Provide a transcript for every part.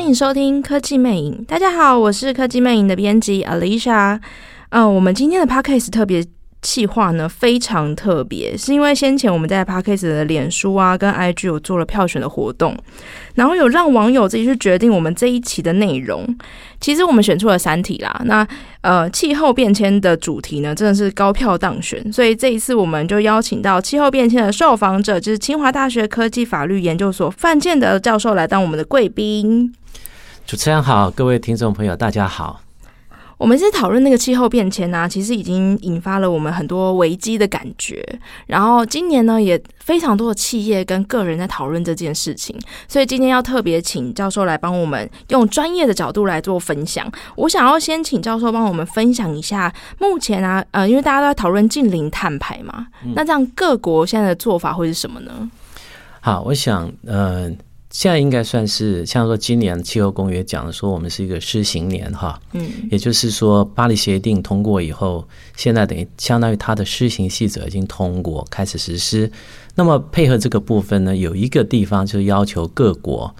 迎收听科技魅影。大家好，我是科技魅影的编辑 Alicia。嗯，我们今天的 podcast 特别企划呢，非常特别，是因为先前我们在 podcast 的脸书啊跟 IG 有做了票选的活动，然后有让网友自己去决定我们这一期的内容。其实我们选出了三题啦，那呃气候变迁的主题呢，真的是高票当选，所以这一次我们就邀请到气候变迁的受访者，就是清华大学科技法律研究所范建德教授来当我们的贵宾。主持人好，各位听众朋友，大家好。我们是讨论那个气候变迁啊，其实已经引发了我们很多危机的感觉。然后今年呢，也非常多的企业跟个人在讨论这件事情，所以今天要特别请教授来帮我们用专业的角度来做分享。我想要先请教授帮我们分享一下目前啊，呃，因为大家都在讨论近零碳排嘛，嗯那这样各国现在的做法会是什么呢？好，我想，呃，现在应该算是像说今年气候公约讲说我们是一个施行年哈，嗯，也就是说巴黎协定通过以后，现在等于相当于它的施行细则已经通过，开始实施。那么配合这个部分呢，有一个地方就是要求各国，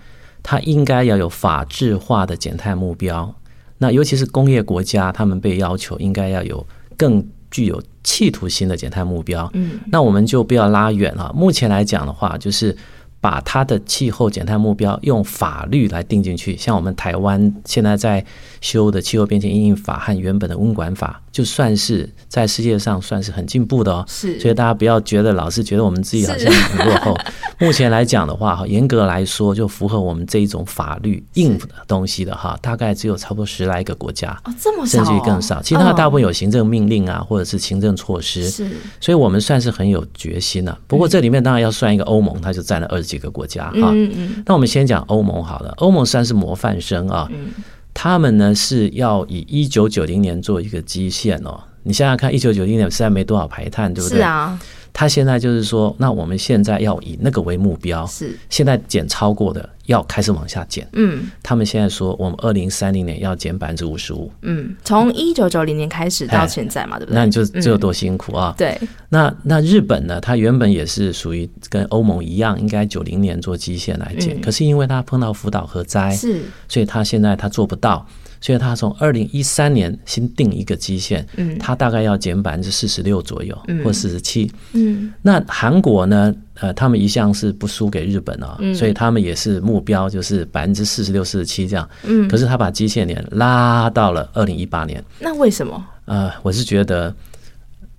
它应该要有法制化的减碳目标。那尤其是工业国家，他们被要求应该要有更具有企图心的减碳目标。嗯，那我们就不要拉远了。目前来讲的话，就是把它的气候减碳目标用法律来定进去。像我们台湾现在在修的《气候变迁应应法》和原本的温管法，就算是在世界上算是很进步的哦。是所以大家不要觉得老是觉得我们自己好像很落后。目前来讲的话，哈，严格来说就符合我们这一种法律硬的东西的哈，大概只有差不多十来个国家，哦，这么少、甚哦，至于更少。其他大分部分有行政命令啊，或者是行政措施。嗯是所以我们算是很有决心了、不过这里面当然要算一个欧盟，它就占了二十几个国家哈。嗯嗯那我们先讲欧盟好了，欧盟算是模范生啊，嗯他们呢是要以一九九零年做一个基线哦。你想想看，一九九零年实在没多少排碳，对嗯，不是对？啊，他现在就是说，那我们现在要以那个为目标，是现在减超过的要开始往下减。嗯。他们现在说，我们二零三零年要减百分之五十五，嗯，从一九九零年开始到现在嘛，对不对？那你就这有嗯多辛苦啊！对，那那日本呢？它原本也是属于跟欧盟一样，应该九零年做基线来减，嗯可是因为它碰到福岛核灾，是所以它现在它做不到，所以它从二零一三年新定一个基线，嗯它大概要减百分之四十六左右嗯或四十七。嗯那韩国呢？呃，他们一向是不输给日本啊、嗯所以他们也是目标就是百分之四十六、四十七这样。嗯可，是他把基线年拉到了二零一八年。那为什么？呃，我是觉得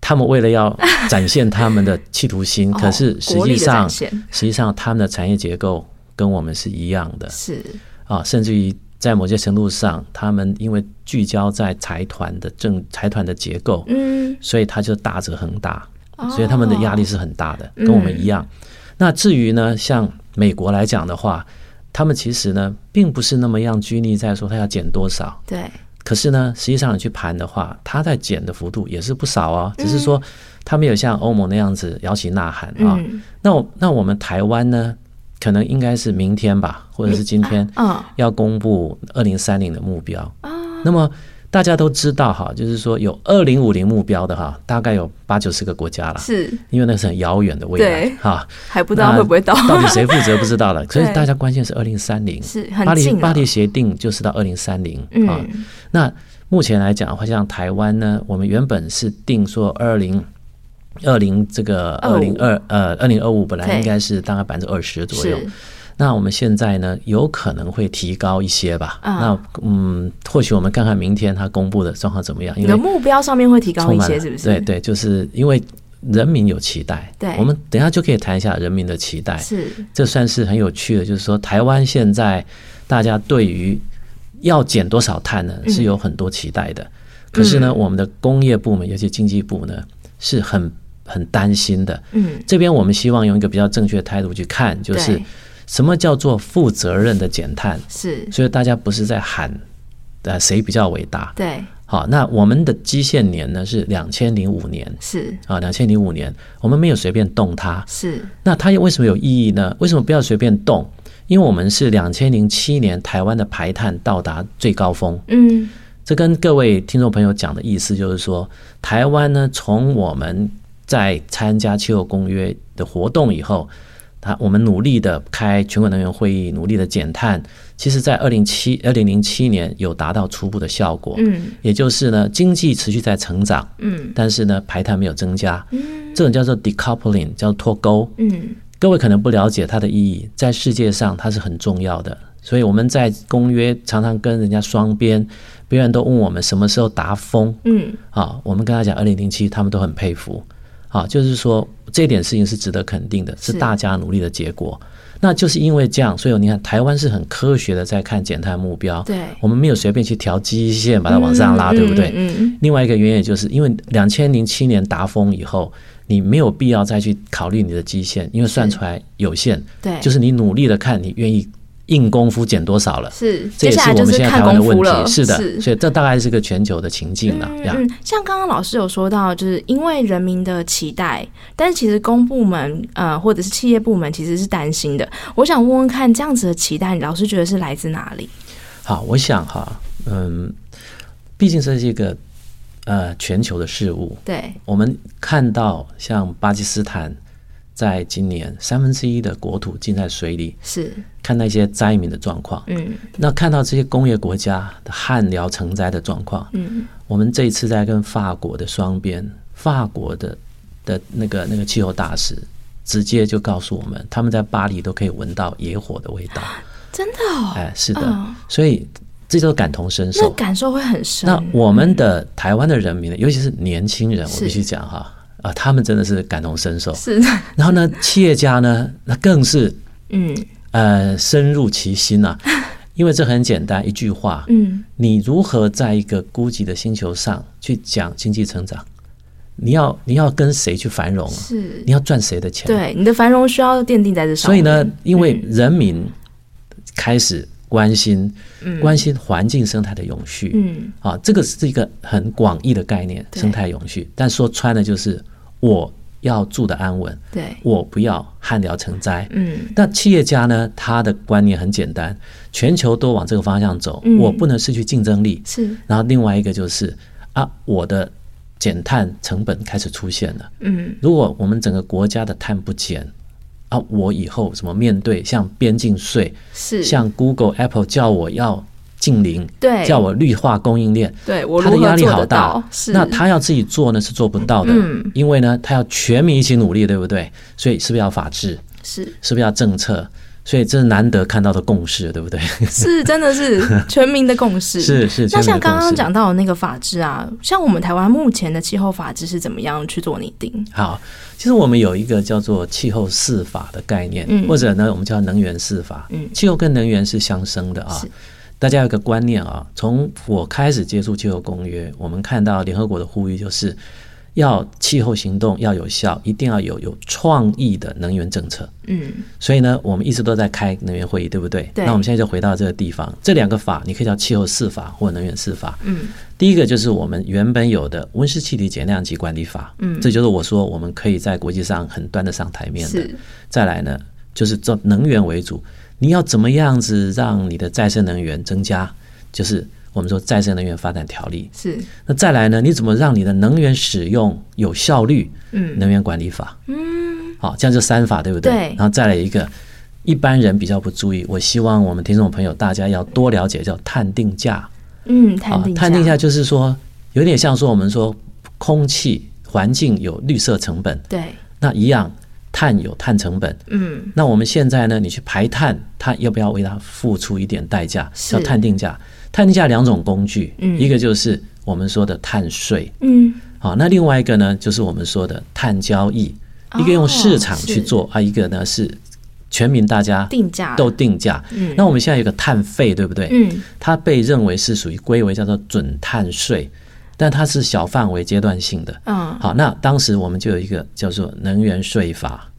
他们为了要展现他们的企图 心，哦可是实国力际的展上，实现际上他们的产业结构跟我们是一样的是啊，甚至于在某些程度上，他们因为聚焦在财团的政财团的结构，嗯，所以他就大者恒大，哦所以他们的压力是很大的，嗯跟我们一样。那至于呢，像美国来讲的话，他们其实呢，并不是那么样拘泥在说他要减多少，对，可是呢，实际上你去盘的话，它在减的幅度也是不少啊，嗯只是说它没有像欧盟那样子摇旗呐喊啊。嗯那我那我们台湾呢，可能应该是明天吧，或者是今天嗯要公布二零三零的目标。哦那么大家都知道哈，就是说有二零五零目标的哈，大概有八九十个国家了，是因为那是很遥远的未来对哈。还不知道会不会到，到底谁负责不知 道了，所以对大家关键是二零三零。是巴很黎近啊巴黎协定就是到二零三零啊，嗯那目前来讲的话，像台湾呢，我们原本是定说二零二零这个二零二呃二零二五本来对应该是大概百分之二十左右，是那我们现在呢有可能会提高一些吧。啊那嗯，或许我们看看明天他公布的状况怎么样，你因的为目标上面会提高充一满些，了是不是？对对，就是因为人民有期待，对我们等一下就可以谈一下人民的期待。是这算是很有趣的，就是说台湾现在大家对于要减多少碳呢嗯是有很多期待的，可是呢，嗯我们的工业部门尤其经济部呢是很很担心的。嗯这边我们希望用一个比较正确的态度去看，就是对什么叫做负责任的减碳，是，所以大家不是在喊。呃，谁比较伟大？对好，那我们的基线年呢是两千零五年是啊，两千零五年，我们没有随便动它，是那它又为什么有意义呢？为什么不要随便动？因为我们是两千零七年台湾的排碳到达最高峰，嗯这跟各位听众朋友讲的意思就是说，台湾呢从我们在参加气候公约的活动以后，它我们努力的开全国能源会议，努力的减碳，其实在二零七二零零七年有达到初步的效果，嗯也就是呢经济持续在成长，嗯但是呢排碳没有增加，这种叫做 decoupling，叫做脱钩。嗯各位可能不了解它的意义，在世界上它是很重要的，所以我们在公约常常跟人家双边，别人都问我们什么时候达峰，嗯啊，我们跟他讲二零零七，他们都很佩服。啊，就是说这一点事情是值得肯定的，是是大家努力的结果。那就是因为这样，所以你看台湾是很科学的在看减碳目标，对，我们没有随便去调基线把它往上拉，嗯对不对？嗯嗯另外一个原因也就是因为两千零七年达峰以后，你没有必要再去考虑你的基线，因为算出来有限，对，就是你努力的看你愿意硬功夫减多少了。是，接这也下是来我就们现在看台湾的功问夫了，题，是的，是所以这大概是个全球的情境了呀。嗯，像刚刚老师有说到，就是因为人民的期待，但是其实公部门呃或者是企业部门其实是担心的。我想问问看，这样子的期待，老师觉得是来自哪里？好，我想哈，嗯，毕竟这是一个呃全球的事物，对，我们看到像巴基斯坦在今年三分之一的国土浸在水里，是，看到一些灾民的状况，嗯那看到这些工业国家的旱涝成灾的状况，嗯我们这一次在跟法国的双边，法国的的那个那个气候大使。直接就告诉我们，他们在巴黎都可以闻到野火的味道。真的哦，哎，是的，嗯所以这就是感同身那受。感受会很深。那我们的台湾的人民呢，尤其是年轻人，我是必须讲哈啊，他们真的是感同身受。是的，然后呢，企业家呢，那更是嗯呃深入其心 呐、因为这很简单一句话，嗯，你如何在一个孤寂的星球上去讲经济成长？你要你要跟谁去繁荣啊？是，你要赚谁的钱？啊对，你的繁荣需要奠定在这上所以面。呢，因为人民开始关心、关心环境生态的永续，嗯，啊，这个是一个很广义的概念，对生态永续。但说穿了就是，我要住的安稳，对，我不要旱涝成灾。嗯那企业家呢，他的观念很简单，全球都往这个方向走，嗯我不能失去竞争力。是，然后另外一个就是啊，我的减碳成本开始出现了。嗯如果我们整个国家的碳不减，啊，我以后怎么面对像边境税，是，像 Google、Apple 叫我要近零，对叫我绿化供应链，对我他如的何压力做好得大到？，是，那他要自己做呢是做不到的，嗯因为呢他要全民一起努力，对不对？所以是不是要法治？是是不是要政策？所以这是难得看到的共识，对不对？是，真的是全民的共 识。 是是，那全民像的刚共刚识。讲到的那个法制啊，像我们台湾目前的气候法制是怎么样去做拟定？好，其实我们有一个叫做气候四法的概念，嗯或者呢，我们叫能源四法。嗯气候跟能源是相生的啊是。大家有个观念啊，从我开始接触气候公约，我们看到联合国的呼吁就是要气候行动要有效，一定要有有创意的能源政策。嗯，所以呢，我们一直都在开能源会议，对不对？对那我们现在就回到这个地方，这两个法，你可以叫气候四法或能源四法。嗯，第一个就是我们原本有的温室气体减量及管理法。嗯这就是我说我们可以在国际上很端得上台面的。是，再来呢，就是做能源为主，你要怎么样子让你的再生能源增加？就是我们说再生能源发展条例。是，那再来呢，你怎么让你的能源使用有效率？嗯能源管理法。嗯，好，这样就三法，对不对？对然后再来一个，一般人比较不注意，我希望我们听众朋友大家要多了解，叫碳定价。嗯，探定啊碳定价，价就是说，有点像说我们说空气环境有绿色成本，对，那一样碳有碳成本。嗯那我们现在呢，你去排碳，它要不要为它付出一点代价？是叫碳定价。碳定价两种工具，嗯一个就是我们说的碳税，嗯，好，那另外一个呢，就是我们说的碳交易，哦一个用市场去做、啊，一个呢是全民大家定价都定价。嗯那我们现在有个碳费，对不对？嗯它被认为是属于归为叫做准碳税，但它是小范围阶段性的。嗯好，那当时我们就有一个叫做能源税法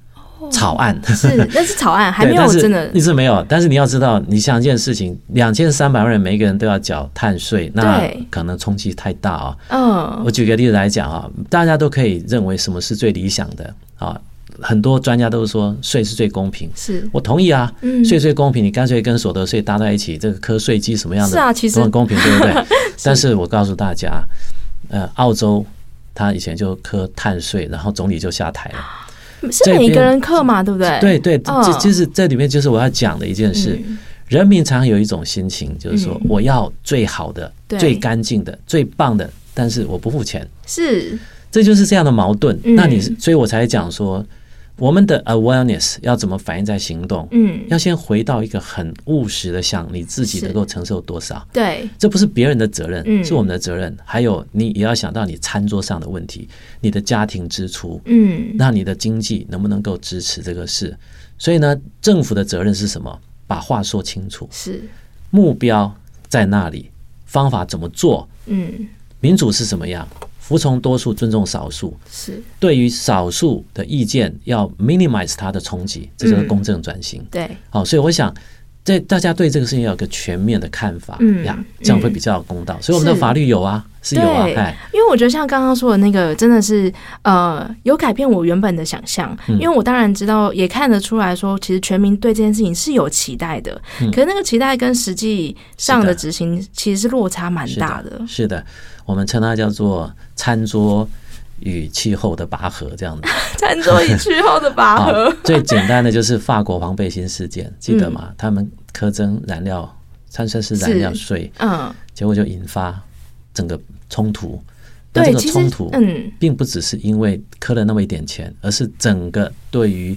草案。 是，那是草哦案还没对，但有是真的一直没有。但是你要知道，你想一件事情，两千三百万人每一个人都要缴碳税，那对可能冲击太大啊、嗯我举个例子来讲啊，大家都可以认为什么是最理想的啊，很多专家都说税是最公平，是我同意啊，嗯税最公平，你干脆跟所得税搭在一起，这个课税基什么样的是啊其实都很 公平，对不对？但是我告诉大家，呃，澳洲他以前就科碳税，然后总理就下台了。是每一个人课嘛，对不对？对对，这嗯就是这里面就是我要讲的一件事。嗯人民常有一种心情，就是说嗯我要最好的、对最干净的、最棒的，但是我不付钱，是，这就是这样的矛盾。嗯那你是，所以我才讲说，我们的 awareness 要怎么反映在行动，嗯，要先回到一个很务实的想，你自己是能够承受多少。对，这不是别人的责任，嗯是我们的责任。还有，你也要想到你餐桌上的问题，你的家庭支出，嗯，那你的经济能不能够支持这个事？所以呢，政府的责任是什么？把话说清楚，是，目标在那里，方法怎么做？嗯，民主是什么样？服从多数，尊重少数。是对于少数的意见，要 minimize 它的冲击，这就是嗯公正转型。对，好、所以我想，在大家对这个事情要有个全面的看法，嗯呀，这样会嗯比较公道。所以我们的是法律有啊，是有啊对，哎，因为我觉得像刚刚说的那个，真的是呃，有改变我原本的想象。嗯因为我当然知道，也看得出来说，其实全民对这件事情是有期待的，可是那个期待跟实际上的嗯是的执行其实是落差蛮是大的， 的。是的，我们称它叫做餐桌与气候的拔河，这 样的。餐桌椅去后的拔啊河，，最简单的就是法国黄背心事件，记得吗？他们苛征燃料，碳算是燃料嗯是税，嗯，结果就引发整个冲突。但这对，个其实冲突嗯，并不只是因为磕了那么一点钱，而是整个对于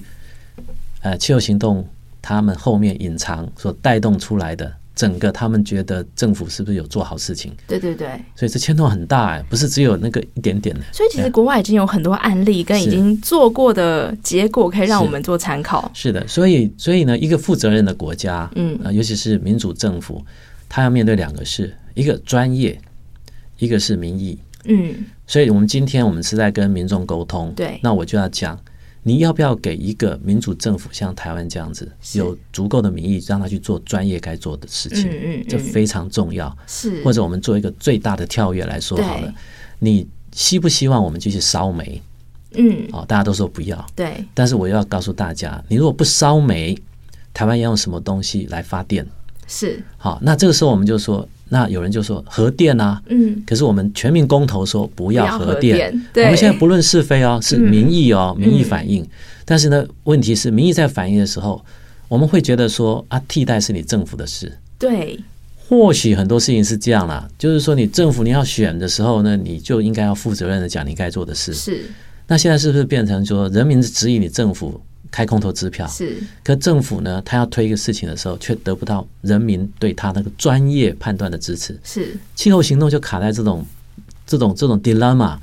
呃气候行动他们后面隐藏所带动出来的整个他们觉得政府是不是有做好事情，对对对。所以这牵动很大哎、不是只有那个一点点的。所以其实对国外已经有很多案例跟已哎是经做过的结果，可以让是我们做参考。是的，所以所以呢，一个负责任的国家，嗯呃，尤其是民主政府，它要面对两个事，一个专业，一个是民意。嗯，所以我们今天我们是在跟民众沟通，对那我就要讲，你要不要给一个民主政府像台湾这样子，是有足够的民意让他去做专业该做的事嗯情，嗯嗯这非常重要。是或者我们做一个最大的跳跃来说好对了，你希不希望我们继续烧煤？嗯，哦，大家都说不要，对，但是我要告诉大家，你如果不烧煤，台湾要用什么东西来发电？是好，那这个时候我们就说，那有人就说核电啊，嗯。可是我们全民公投说不要不要核核电。电对我们现在不论是非哦，是民意哦，民意反应。但是呢，问题是民意在反应的时候，我们会觉得说啊，替代是你政府的事。对，或许很多事情是这样啦，就是说你政府你要选的时候呢，你就应该要负责任的讲你该做的事。是那现在是不是变成说人民指引你政府开空头支票？是，可政府呢，他要推一个事情的时候，却得不到人民对他那个专业判断的支持，是，气候行动就卡在这种、这种、这种 dilemma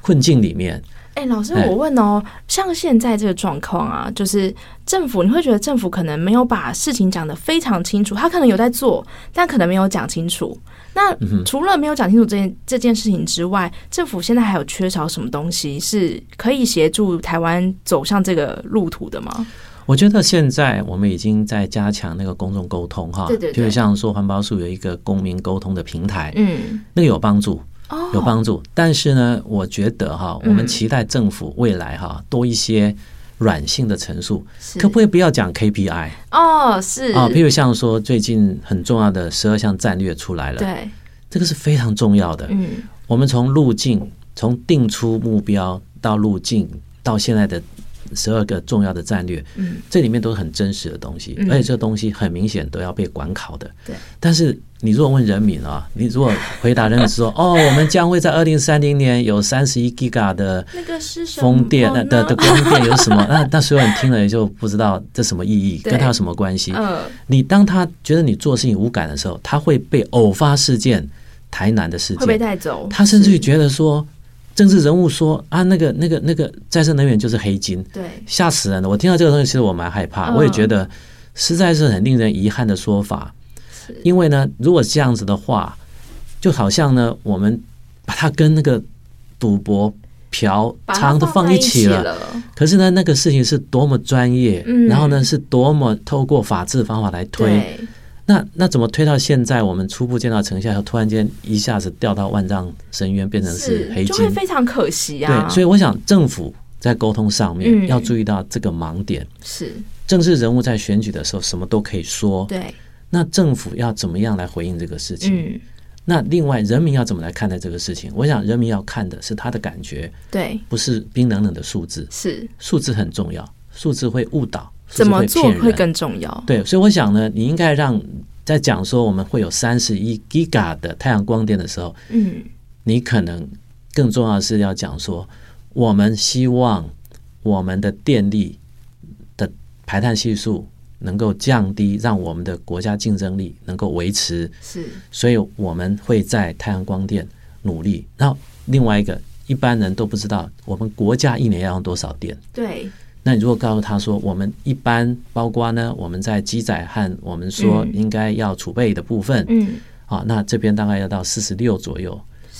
困境里面。哎、老师，哎我问哦，像现在这个状况啊，就是政府，你会觉得政府可能没有把事情讲得非常清楚，他可能有在做，但可能没有讲清楚。那嗯除了没有讲清楚这件这件事情之外，政府现在还有缺少什么东西是可以协助台湾走向这个路途的吗？我觉得现在我们已经在加强那个公众沟通哈，对对对就是像说环保署有一个公民沟通的平台，嗯，那个有帮助，哦，嗯有帮助。但是呢，我觉得哈，我们期待政府未来哈多一些软性的陈述，是可不可以不要讲 KPI？哦，是啊，譬如像说最近很重要的十二项战略出来了，对，这个是非常重要的。嗯，我们从路径，从定出目标到路径，到现在的十二个重要的战略，嗯，这里面都是很真实的东西，嗯而且这东西很明显都要被管考的。对，但是你如果问人民啊，你如果回答人 民是说，哦，我们将会在二零三零年有三十一 giga 的那个是什风电啊么那的的呢光电有什么？ 那那所有人听了也就不知道这什么意义，对跟它有什么关系？呃，你当他觉得你做事情无感的时候，他会被偶发事件、台南的事会被件，带走，他甚至于是觉得说，政治人物说啊，那个、那个、那个再生能源就是黑金，对，吓死人了！我听到这个东西，其实我蛮害怕，嗯我也觉得实在是很令人遗憾的说法。因为呢，如果这样子的话，就好像呢，我们把它跟那个赌博、嫖、把它娼都放放在一一起了。了，可是呢，那个事情是多么专业，嗯然后呢，是多么透过法治方法来推。对，那那怎么推到现在？我们初步见到成效以后，突然间一下子掉到万丈深渊，变成是黑就会金。非常可惜啊。对，所以我想政府在沟通上面嗯要注意到这个盲点。是政治人物在选举的时候什么都可以说，对，那政府要怎么样来回应这个事情？嗯，那另外，人民要怎么来看待这个事情？我想，人民要看的是他的感觉，对，不是冰冷冷的数字。是数字很重要，数字会误导，数字怎么会做骗会人。更重要？对，所以我想呢，你应该让在讲说我们会有三十一 giga 的太阳光电的时候，嗯，你可能更重要的是要讲说，我们希望我们的电力的排碳系数能够降低，让我们的国家竞争力能够维持，是所以我们会在太阳光电努力。然后另外一个，一般人都不知道我们国家一年要用多少电。对，那你如果告诉他说，我们一般包括呢，我们在机载和我们说嗯应该要储备的部分，嗯，啊，那这边大概要到四十六左右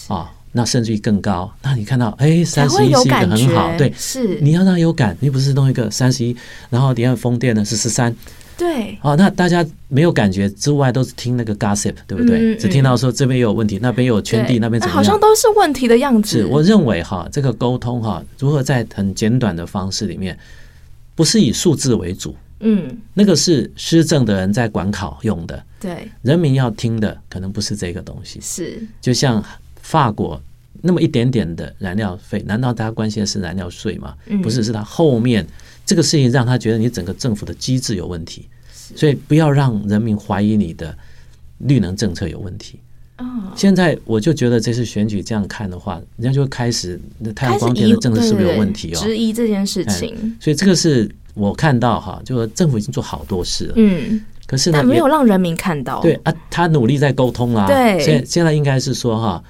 啊，那甚至于更高。那你看到，哎，才三十会一有是一个感很好，觉，对，是，你要让它有感，你不是弄一个三十一，然后你看风电呢是十三，对，啊，那大家没有感觉之外，都是听那个 gossip，对不对？嗯嗯只听到说这边有问题，那边有圈地，对啊哎那边怎么好像样？都是问题的样子。是，我认为哈，这个沟通哈，如何在很简短的方式里面，不是以数字为主，嗯，那个是施政的人在管考用的，对，人民要听的可能不是这个东西。是，就像法国那么一点点的燃料费，难道大家关心的是燃料税吗？嗯不是，是他后面这个事情让他觉得你整个政府的机制有问题，所以不要让人民怀疑你的绿能政策有问题。哦，现在我就觉得这次选举这样看的话，人家就会开始那太阳开始光电疑的政策是不是有问题对哦对？对质疑这件事情，所以这个是我看到哈，就是政府已经做好多事了，嗯，可是呢，但没也有让人民看到。对，啊，他努力在沟通啦。对现现在应该是说哈，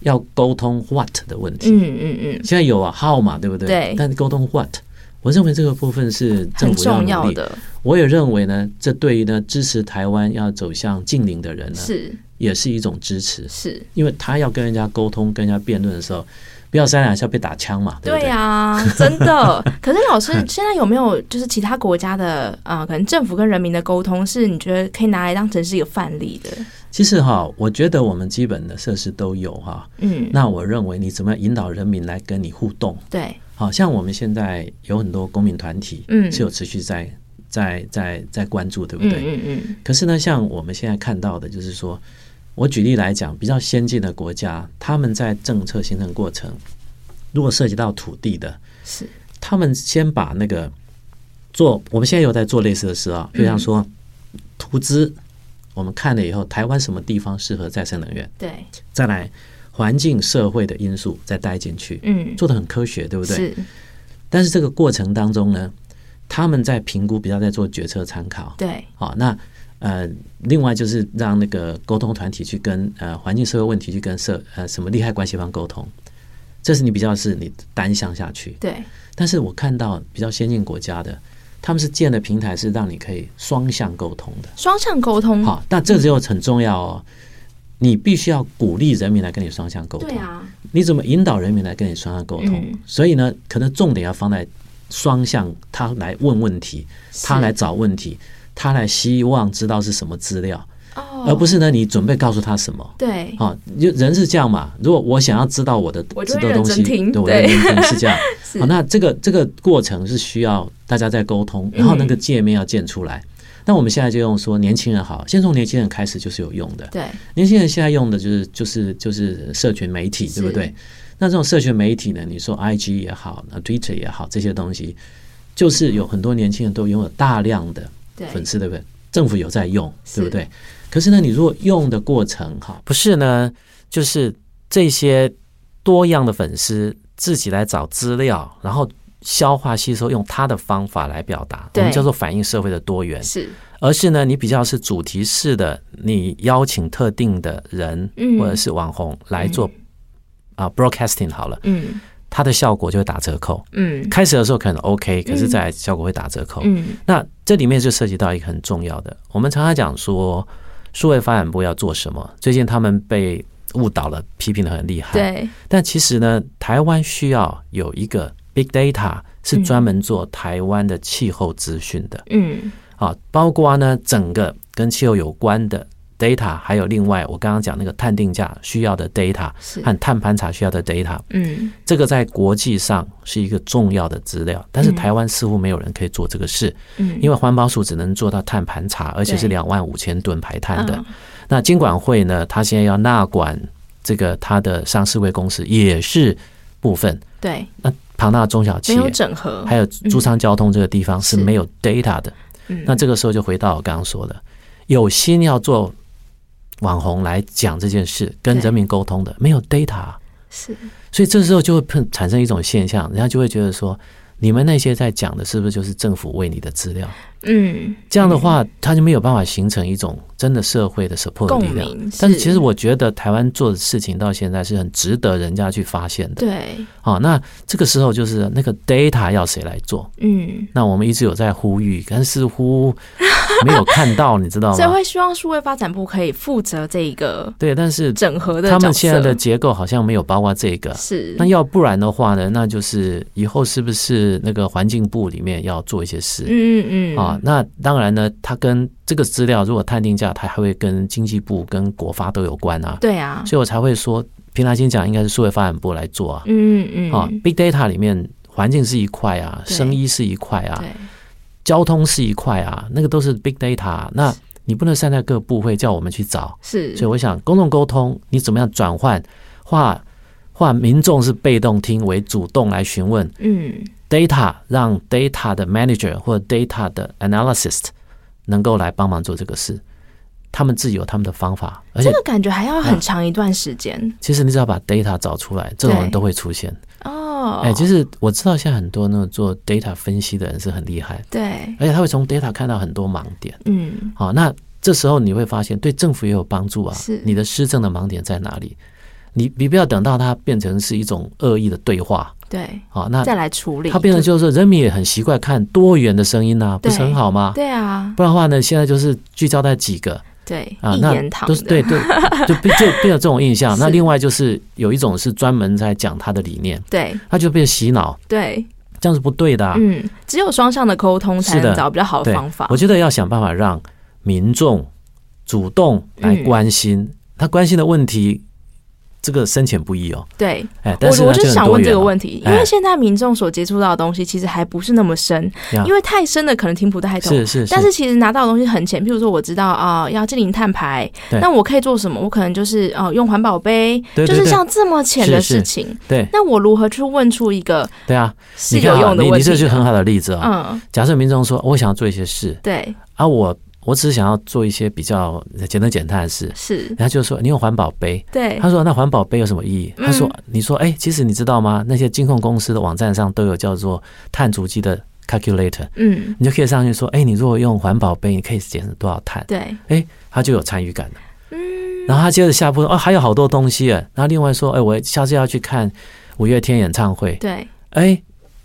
要沟通 what 的问题。嗯嗯嗯，现在有啊 how 嘛，对不对？对但是沟通 what，我认为这个部分是很政府重努要力。的我也认为呢，这对于呢支持台湾要走向近邻的人呢，是也是一种支持，是，因为他要跟人家沟通、跟人家辩论的时候，不要三两下被打枪嘛，对不嗯对对？呀、 真的。可是老师，现在有没有就是其他国家的啊、呃可能政府跟人民的沟通是你觉得可以拿来当成是一个范例的？其实哈，我觉得我们基本的设施都有哈。嗯，那我认为你怎么样引导人民来跟你互动？对，好像我们现在有很多公民团体，嗯是有持续在在在在关注，对不嗯对？嗯嗯，可是呢，像我们现在看到的，就是说，我举例来讲，比较先进的国家，他们在政策形成过程，如果涉及到土地的，是他们先把那个做，我们现在有在做类似的事啊，嗯就像说投资，我们看了以后，台湾什么地方适合再生能源，对，再来环境、社会的因素再带进去，嗯，做的很科学，对不对？是，但是这个过程当中呢，他们在评估，比较在做决策参考。对，好、那呃，另外就是让那个沟通团体去跟呃环境社会问题去跟社呃什么利害关系方沟通，这是你比较是你单向下去。对，但是我看到比较先进国家的，他们是建的平台是让你可以双向沟通的。双向沟通，好、那这就很重要哦。你必须要鼓励人民来跟你双向沟通对，啊，你怎么引导人民来跟你双向沟通？嗯所以呢，可能重点要放在双向，他来问问题，他是来找问题，他来希望知道是什么资料，哦，而不是呢你准备告诉他什么。对，啊，就人是这样嘛？如果我想要知道我的我就知会道认东真西，听对，我对认真听是这样。 是好，那这个这个过程是需要大家在沟嗯通，然后那个界面要建出来。那我们现在就用说年轻人好，先从年轻人开始就是有用的。对，年轻人现在用的就是就是就是社群媒体，是对不对？那这种社群媒体呢，你说 I G 也好，那 Twitter 也好，这些东西，就是有很多年轻人都拥有大量的对，粉丝，对不对？政府有在用，是对不对？可是呢，你如果用的过程哈，不是呢，就是这些多样的粉丝自己来找资料，然后消化吸收，用他的方法来表达，我对们叫做反映社会的多元。是而是呢，你比较是主题式的，你邀请特定的人、嗯或者是网红来做啊、broadcasting 好了，嗯它的效果就会打折扣。嗯开始的时候可能 OK，可是在效果会打折扣。嗯，那这里面就涉及到一个很重要的，我们常常讲说，数位发展部要做什么？最近他们被误导了，批评的很厉害。对，但其实呢，台湾需要有一个 big data 是嗯专门做台湾的气候资讯的。嗯啊，包括呢整个跟气候有关的 data，还有另外我刚刚讲那个碳定价需要的 data 是，和碳盘查需要的 data，嗯，这个在国际上是一个重要的资料，但是嗯台湾似乎没有人可以做这个事，嗯，因为环保署只能做到碳盘查，而且是对两万五千吨排碳的。嗯那金管会呢，它现在要纳管这个它的上市位公司也是部分，对，那庞大的中小企没有业。整合，还有租商交通这个地方是是没有 data 的，嗯那这个时候就回到我刚刚说的，有心要做网红来讲这件事，跟对人民沟通的，没有 data，啊是所以这时候就会碰产生一种现象，人家就会觉得说，你们那些在讲的是不是就是政府为你的资料？嗯这样的话，他就没有办法形成一种真的社会的 support 力共量。鸣，但是其实我觉得台湾做的事情到现在是很值得人家去发现的。对，好、那这个时候就是 那个 data 要谁来做？嗯，那我们一直有在呼吁，但似乎没有看到，你知道所以吗？会希望数位发展部可以负责这一个 对，但是整合的他角们现在色的结构好像没有包括这个。是那要不然的话呢，那就是以后是不是那个环境部里面要做一些事、嗯嗯嗯啊？那当然呢，它跟这个资料，如果探定价，它还会跟经济部、跟国发都有关啊，对啊，所以我才会说，平常心讲，应该是数位发展部来做啊。嗯嗯啊，Big Data 里面环境是一块啊，对生医是一块啊，对交通是一块啊，那个都是 Big Data 啊、那你不能站在各部会叫我们去找，是所以我想，公众沟通你怎么样转换，化化民众是被动听为主动来询问嗯 data，让 data 的 manager 或者 data 的 analyst 能够来帮忙做这个事，他们自己有他们的方法，而这且个感觉还要很长一段时间其实你只要把 data 找出来，这种人对都会出现。哦，哎，其实我知道现在很多那种做 data 分析的人是很厉害，对而且他会从 data 看到很多盲点。嗯好，那这时候你会发现对政府也有帮助啊是。你的施政的盲点在哪里？你你不要等到它变成是一种恶意的对话对，好，那再来处理它啊变成就是说人民也很习惯看多元的声音呐、不是对很好吗？对啊不然的话呢，现在就是聚焦在几个对啊一，那言堂都是的对对， 就变就变有这种印象。那是另外就是有一种是专门在讲他的理念，对他就被洗脑，对这样是不对的、啊。嗯，只有双向的沟通才是的能找比较好的对方法我，觉得要想办法让民众主动来关心、他关心的问题，这个深浅不一哦。对哎，我但是我呢，就很想多问这元个哦问题，因哎为现在民众所接触到的东西其实还不是那么深，呀因为太深的可能听不太懂。是是但是其实拿到的东西很浅，譬如说我知道啊、要进行碳排，对那我可以做什么？我可能就是哦、用环保杯，对对就是对像这么浅的是事是情。对那我如何去问出一个对啊，是你看有啊，用的你问你题呢？这是很好的例子啊、嗯，假设民众说，我想要做一些事对，啊，我我只是想要做一些比较简单简单的事，是，他就说你用环保杯。对，嗯他说：“那环保杯有什么意义？”他说：“你说，哎，其实你知道吗？那些监控公司的网站上都有叫做碳足迹的 calculator，嗯，你就可以上去说，哎，你如果用环保杯，你可以节省多少碳？对，哎，他就有参与感了。嗯，然后他接着下播，哦，还有好多东西耶。然后另外说，哎，我下次要去看五月天演唱会，对，哎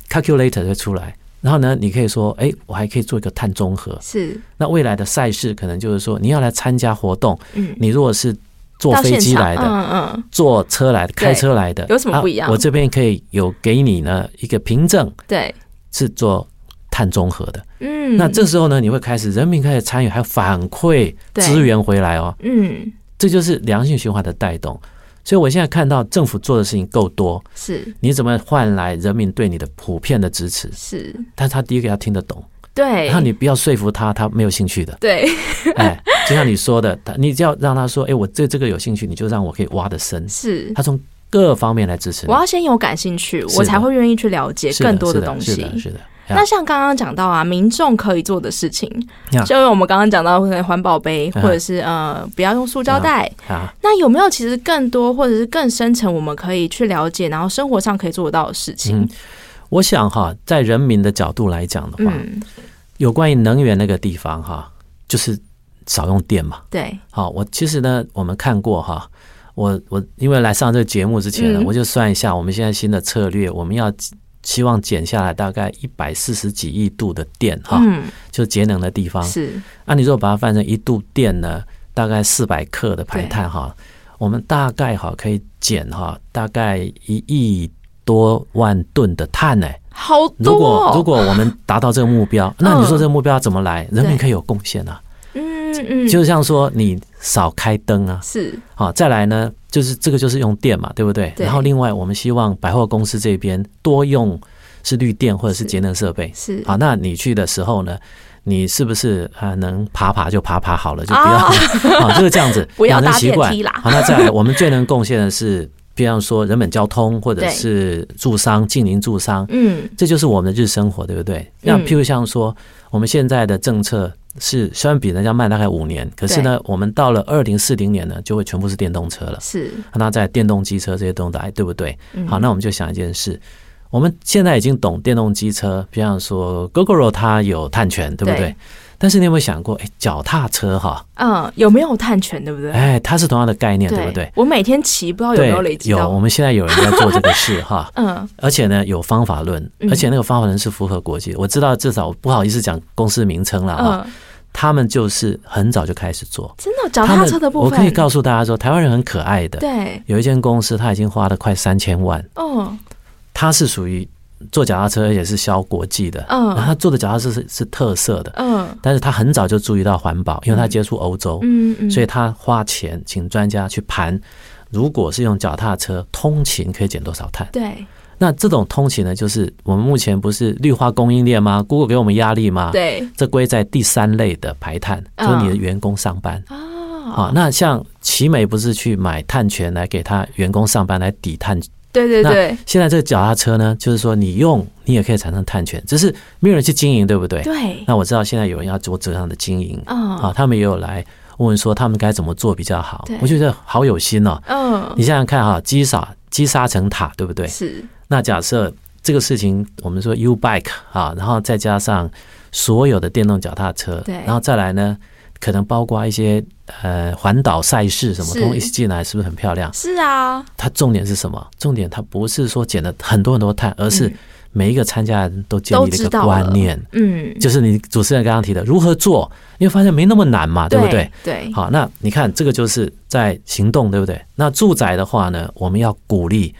，calculator 就出来。然后呢，你可以说，哎，我还可以做一个碳中和。是，那未来的赛事可能就是说，你要来参加活动，嗯，你如果是坐到飞现机场来的，嗯嗯，坐车来的，开车来的，有什么不一样啊我这边可以有给你呢一个凭证，对，是做碳中和的。嗯，那这时候呢，你会开始人民开始参与，还有反馈对资源回来哦，嗯这就是良性循环的带动。所以我现在看到政府做的事情够多，是你怎么换来人民对你的普遍的支持？是，但他第一个要听得懂，对。然，后你不要说服他，他没有兴趣的 对，哎，就像你说的，他你只要让他说，哎，我对这个有兴趣，你就让我可以挖得深。是。他从各方面来支持你我。要先有感兴趣，是的我才会愿意去了解是更多的东是的，西。是的。那像刚刚讲到啊，民众可以做的事情，呀就我们刚刚讲到可能环保杯，嗯或者是呃不要用塑胶袋。啊，那有没有其实更多或者是更深层我们可以去了解，然后生活上可以做得到的事情嗯？我想哈，在人民的角度来讲的话，嗯，有关于能源那个地方哈，就是少用电嘛。对，好，我其实呢，我们看过哈，我我因为来上这个节目之前呢，嗯我就算一下我们现在新的策略，我们要希望减下来大概一百四十几亿度的电哈，嗯，就节能的地方。是，那、啊你如果把它换成一度电呢，大概四百克的排碳哈，我们大概哈可以减哈大概一亿多万吨的碳呢、好多、嗯如哦果如果我们达到这个目标，那你说这个目标要怎么来？人民可以有贡献啊。嗯，嗯嗯，就像说你少开灯啊，是好、再来呢，就是这个就是用电嘛，对不对？对然后另外我们希望百货公司这边多用是绿电或者是节能设备。是，好，那你去的时候呢，你是不是啊、呃能爬爬就爬爬好了，就不要啊，好、就是这样子 不要养成搭习电惯梯啦好，那再来，我们最能贡献的是，比方说人本交通或者对是住商、近邻住商，嗯这就是我们的日生活，对不对？那嗯譬如像说，我们现在的政策是虽然比人家慢大概五年，可是呢，我们到了二零四零年呢，就会全部是电动车了。是，那在电动机车这些东西，对不对？嗯好，那我们就想一件事。我们现在已经懂电动机车，比方说 GoGoRo 它有碳权，对不对？对但是你有没有想过，哎，脚踏车哈，嗯，有没有碳权，对不对？哎，它是同样的概念，对不对？我每天骑，不知道有对，没有累积有，我到，们现在有人在做这个 事哈，嗯，而且呢有方法论，嗯而且那个方法论是符合国际。我知道，至少不好意思讲公司名称了哈，嗯，他们就是很早就开始做。真的脚踏车的部他们我可以分，告诉大家说，台湾人很可爱的，对，有一间公司，他已经花了快三千万，哦，它是属于做脚踏车也是销国际的，嗯然后他做的脚踏车是是特色的，嗯但是他很早就注意到环保，因为他嗯接触欧洲，嗯嗯，所以他花钱请专家去盘，如果是用脚踏车通勤可以减多少碳？对那这种通勤呢，就是我们目前不是绿化供应链吗？Google 给我们压力吗？，对哦这归在第三类的排碳，就是你的员工上班。啊啊，，那像奇美不是去买碳权来给他员工上班来抵碳？对对那对现在这个脚踏车呢，就是说你用你也可以产生碳权，只是没有人去经营，对不对？对，那我知道现在有人要做这样的经营，啊嗯，他们也有来问说他们该怎么做比较好对。我觉得好有心哦。嗯你想想看哈、积沙积沙成塔，对不对？是，那假设这个事情，我们说 U bike 啊，然后再加上所有的电动脚踏车，对然后再来呢，可能包括一些呃环岛赛事什么，是通通一起进来，是不是很漂亮？是啊，它重点是什么？重点它不是说减了很多很多碳，而是嗯每一个参加人都建立都了知一个道了观念，嗯，就是你主持人刚刚提的如何做，你会发现没那么难嘛，对不对？？对，好，那你看这个就是在行动，对不对？那住宅的话呢，我们要鼓励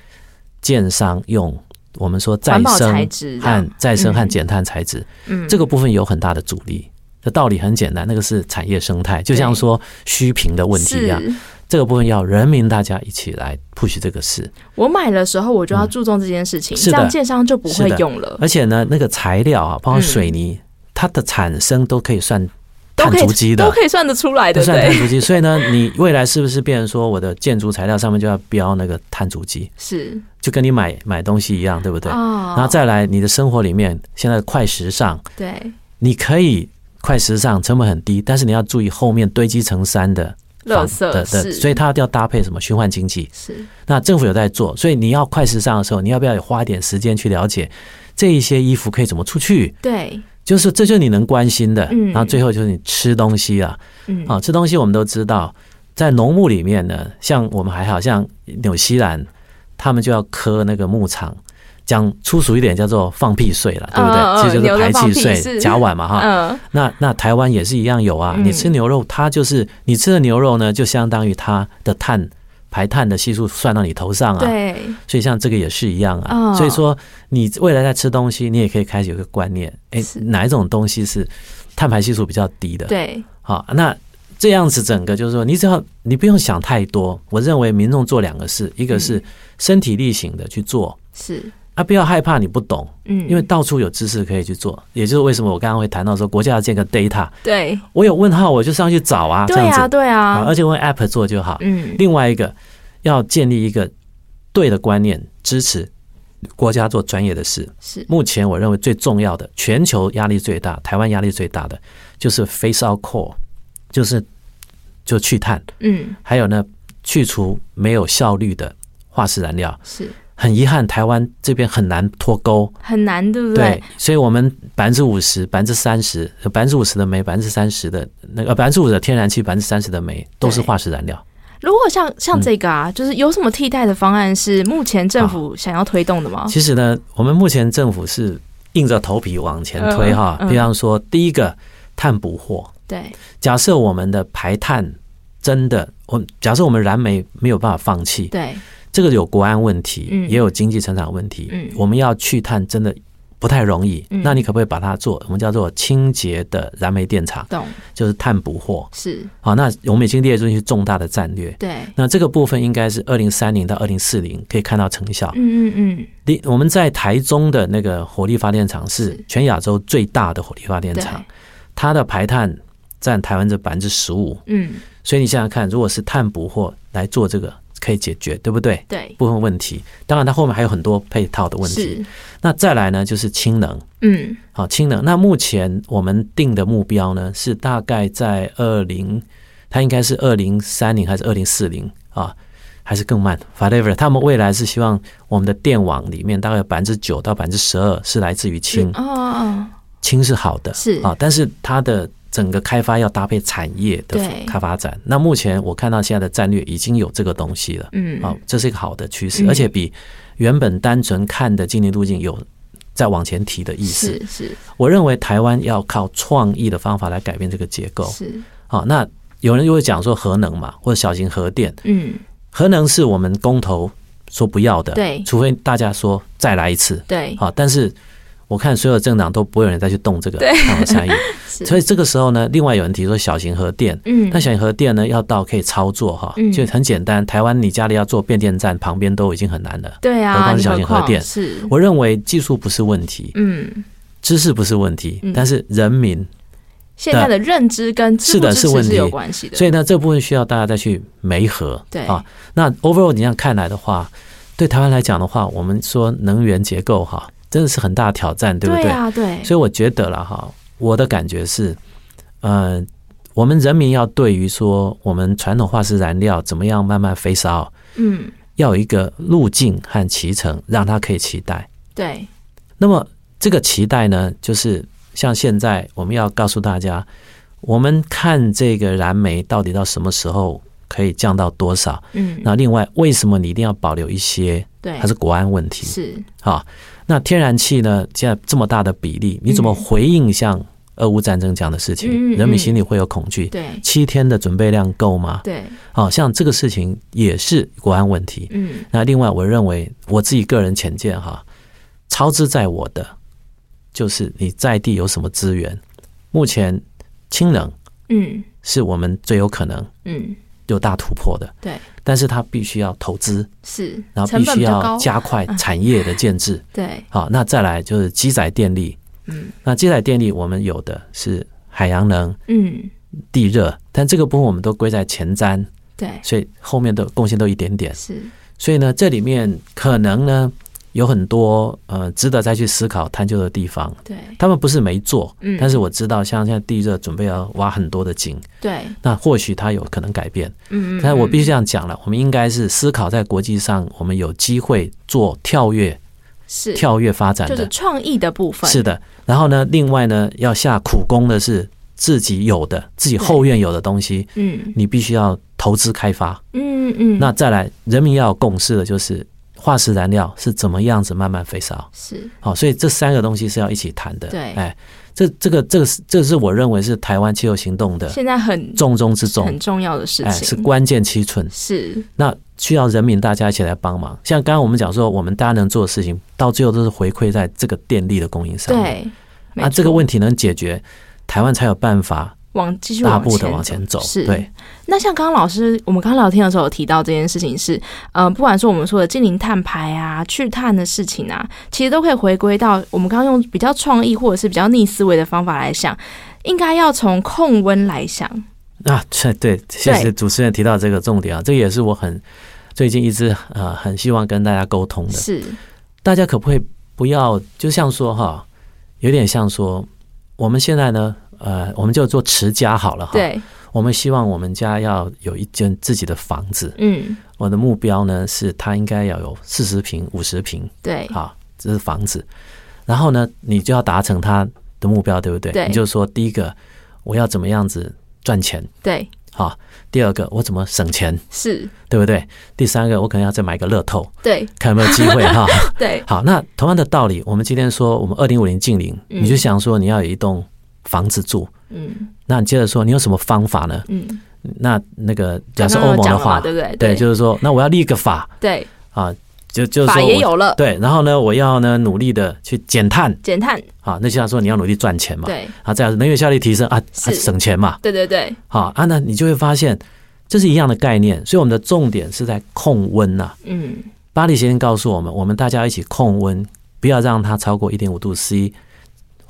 建商用我们说再环保材生质这样和再生和嗯减碳材质，嗯，这个部分有很大的阻力。这道理很简单，那个是产业生态，就像对说虚平的问题一啊样，是这个部分要人民大家一起来 push 这个事。我买的时候我就要注重这件事情，嗯是这的样建商就不是会的哎用了，而且呢，那个材料啊，包括嗯水泥，它的产生都可以算都碳可足迹以的，都可以算得出来都的，算碳对，足迹。所以呢，你未来是不是变成说我的建筑材料上面就要标那个碳足迹，是就跟你买买东西一样，对不对？啊，然后再来你的生活里面，现在快时尚，对你可以快时尚成本很低，但是你要注意后面堆积成山的垃房的圾的，是所以它要搭配什么循环经济。是那政府有在做，所以你要快时尚的时候，你要不要也花一点时间去了解这一些衣服可以怎么出去？对，就是这就是你能关心的。嗯然后最后就是你吃东西啊，嗯，啊，吃东西我们都知道，在农牧里面呢，像我们还好像纽西兰，他们就要磕那个牧场，讲粗俗一点叫做放屁税了，对不对？嗯嗯嗯其实就牛是的排放气屁税、是甲烷嘛哈。嗯，那那台湾也是一样有啊，嗯你吃牛肉，它就是你吃的牛肉呢，就相当于它的碳排碳的系数算到你头上啊。对，所以像这个也是一样啊。哦所以说，你未来在吃东西，你也可以开始有个观念，哎，是哪一种东西是碳排系数比较低的？对，好，那这样子整个就是说，你只要你不用想太多。我认为民众做两个事，一个嗯是身体力行的去做。是，啊，不要害怕你不懂，嗯，因为到处有知识可以去做，也就是为什么我刚刚会谈到说国家要建个 data，对，我有问号我就上去找啊啊，这对样啊，子，对啊啊而，且我用 app 做就好。嗯，另外一个要建立一个对的观念，支持国家做专业的事。是目前我认为最重要的，全球压力最大，台湾压力最大的就是 face out coal，就是就去碳，嗯，还有呢去除没有效率的化石燃料。是很遗憾，台湾这边很难脱钩，很难，对不对？，所以我们百分之五十、百分之三十、呃百分之五十的煤、百分之三十的那个百分之五的天然气、百分之三十的煤都是对化石燃料。如果像嗯像这个啊，就是有什么替代的方案是目前政府想要推动的吗？啊其实呢，我们目前政府是硬着头皮往前推哈。嗯嗯比方说，第一个碳捕获，对，假设我们的排碳真的，我假设我们燃煤没有办法放弃，对，这个有国安问题，嗯也有经济成长问题。嗯我们要去碳真的不太容易，嗯那你可不可以把它做我们叫做清洁的燃煤电厂，懂就是碳捕获？是，好，那我们已经列出一些重大的战略。对，那这个部分应该是二零三零到二零四零可以看到成效。嗯嗯嗯，第我们在台中的那个火力发电厂是是全亚洲最大的火力发电对，厂，它的排碳占台湾这百分之十五，嗯所以你想想看，如果是碳捕获来做这个，可以解决，对不对？对，部分问题，当然它后面还有很多配套的问题。是，那再来呢，就是氢能。嗯好，氢能。那目前我们定的目标呢，是大概在二零，它应该是二零三零还是二零四零啊，还是更慢？Whatever，他们未来是希望我们的电网里面大概百分之九到百分之十二是来自于氢，哦哦氢是好的，是啊，但是它的整个开发要搭配产业的对开发展。那目前我看到现在的战略已经有这个东西了，嗯啊，这是一个好的趋势，嗯而且比原本单纯看的经济路径有再往前提的意思。是是我认为台湾要靠创意的方法来改变这个结构。是，好、那有人就会讲说核能嘛，或者小型核电，嗯核能是我们公投说不要的，对除非大家说再来一次。对啊好、但是我看所有政党都不会有人再去动这个他们参与， 是，所以以这个时候呢，另外有人提出小型核电。嗯那小型核电呢，要到可以操作哈嗯，就很简单。台湾你家里要做变电站，旁边都已经很难了。对何啊，况是你小何型核况电是，我认为技术不是问题，嗯，知识不是问题嗯，但是人民现在的认知跟支是不的支是持问是有题关系的，所以呢，这部分需要大家再去媒合。对啊，那 overall 你这样看来的话，对台湾来讲的话，我们说能源结构哈，真的是很大的挑战，对不对？对啊，对，所以我觉得了哈，我的感觉是，呃，我们人民要对于说我们传统化石燃料怎么样慢慢 face out，嗯，要有一个路径和骑程，让它可以期待。对，那么这个期待呢，就是像现在我们要告诉大家，我们看这个燃煤到底到什么时候可以降到多少。嗯，哎那另外，为什么你一定要保留一些？对，它是国安问题是啊。那天然气呢？现在这么大的比例，你怎么回应像俄乌战争这样的嗯事嗯情？嗯人民心里会有恐惧。对七天的准备量够吗？对，啊，像这个事情也是国安问题。嗯那另外，我认为我自己个人浅见哈，超支在我的就是你在地有什么资源。目前氢能嗯是我们最有可能嗯，有大突破的，对，但是它必须要投资，是，然后成必本须比较要高，加快嗯产业的建制。对，好，那再来就是机载电力。嗯那机载电力我们有的是海洋能、嗯地热，但这个部分我们都归在前瞻，对，所以后面的贡献都一点点。是所以呢，这里面可能呢有很多呃值得再去思考探究的地方。对，他们不是没做，嗯，但是我知道像现在地热准备要挖很多的井，对，那或许它有可能改变。嗯，嗯但是我必须嗯这样讲了，我们应该是思考在国际上我们有机会做跳跃、是跳跃发展就的是，创意的部分，是的。然后呢，另外呢要下苦功的是自己有的、自己后院有的东西，嗯你必须要投资开发。嗯嗯，那再来，人民要有共识的就是化石燃料是怎么样子慢慢焚烧。是好、所以这三个东西是要一起谈的。对哎，这这个这个是这是我认为是台湾气候行动的现在很重中之重很，重要的事哎，是情，关键七寸。是那需要人民大家一起来帮忙。像刚刚我们讲说，我们大家能做的事情，到最后都是回馈在这个电力的供应上。，对，啊，这个问题题能解决，台湾才有办法往继续大往步的前往前走。是对，那像刚刚老师，我们刚刚聊天的时候有提到这件事情是，呃，不管是我们说的近零碳排啊、去碳的事情啊，其实都可以回归到我们刚刚用比较创意或者是比较逆思维的方法来想，应该要从控温来想。啊，对对，谢谢主持人提到这个重点啊，这也是我很最近一直呃很希望跟大家沟通的。是，大家可不可以不要就像说哈，有点像说我们现在呢，呃，我们就做持家好了哈。，对，我们希望我们家要有一间自己的房子，嗯，我的目标呢是它应该要有四十平、五十平对，啊，这是房子。然后呢，你就要达成它的目标，对不对？对你就说第一个我要怎么样子赚钱。对，好、第二个我怎么省钱，是，对不对？第三个我可能要再买个乐透，对，看有没有机 会哈。 对，好，那同样的道理，我们今天说我们二零五零近零，嗯你就想说你要有一栋房子住，嗯那你接着说你有什么方法呢？嗯，那那个假设刚刚欧有盟讲的了嘛话，对不对？就是说那我要立个法对，啊，就就是法说也我有了，对，然后呢，我要呢努力的去减碳减碳，啊，那就像说你要努力赚钱嘛，对啊，再来是能源效率提升啊，啊是省钱嘛，对对对，啊啊，那你就会发现这是一样的概念，所以我们的重点是在控温呐、嗯，巴黎协定告诉我们，我们大家一起控温，不要让它超过一点五度 C，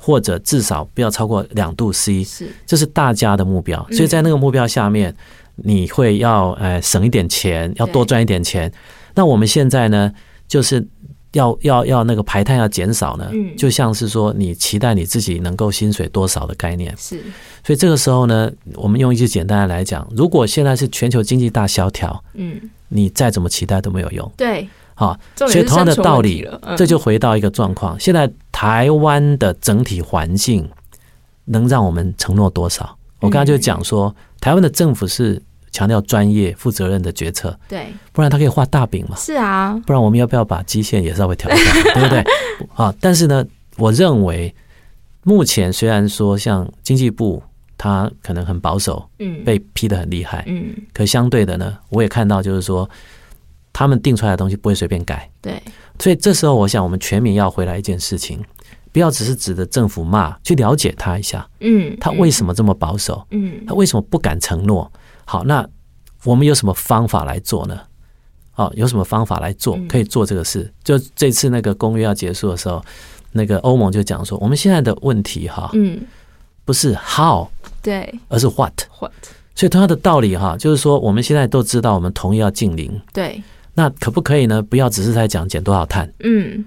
或者至少不要超过两度 C，是这是大家的目标。嗯所以在那个目标下面，你会要呃省一点钱，要多赚一点钱。那我们现在呢，就是要要要那个排碳要减少呢嗯，就像是说你期待你自己能够薪水多少的概念。是，所以这个时候呢，我们用一句简单的来讲，如果现在是全球经济大萧条，嗯，你再怎么期待都没有用。对，好，重所点以是同样的生存道问题理了，嗯这就回到一个状况，现在台湾的整体环境能让我们承诺多少？我刚刚就讲说，台湾的政府是强调专业、负责任的决策，对，不然他可以画大饼嘛。是啊，不然我们要不要把基线也稍微调一下，对不对？啊，但是呢，我认为目前虽然说像经济部它可能很保守，嗯，被批得很厉害，嗯，可相对的呢，我也看到就是说，他们定出来的东西不会随便改。对，所以这时候，我想我们全民要回来一件事情，不要只是指着政府骂，去了解他一下，嗯，他为嗯什么这么保守，嗯他为什么不敢承诺？好，那我们有什么方法来做呢？哦，有什么方法来做嗯可以做这个事？就这次那个公约要结束的时候，那个欧盟就讲说，我们现在的问题哈，嗯，不是 how，对而是 what。 ，what，所以同样的道理哈，就是说我们现在都知道，我们同意要禁零，对，那可不可以呢？不要只是在讲减多少碳，嗯，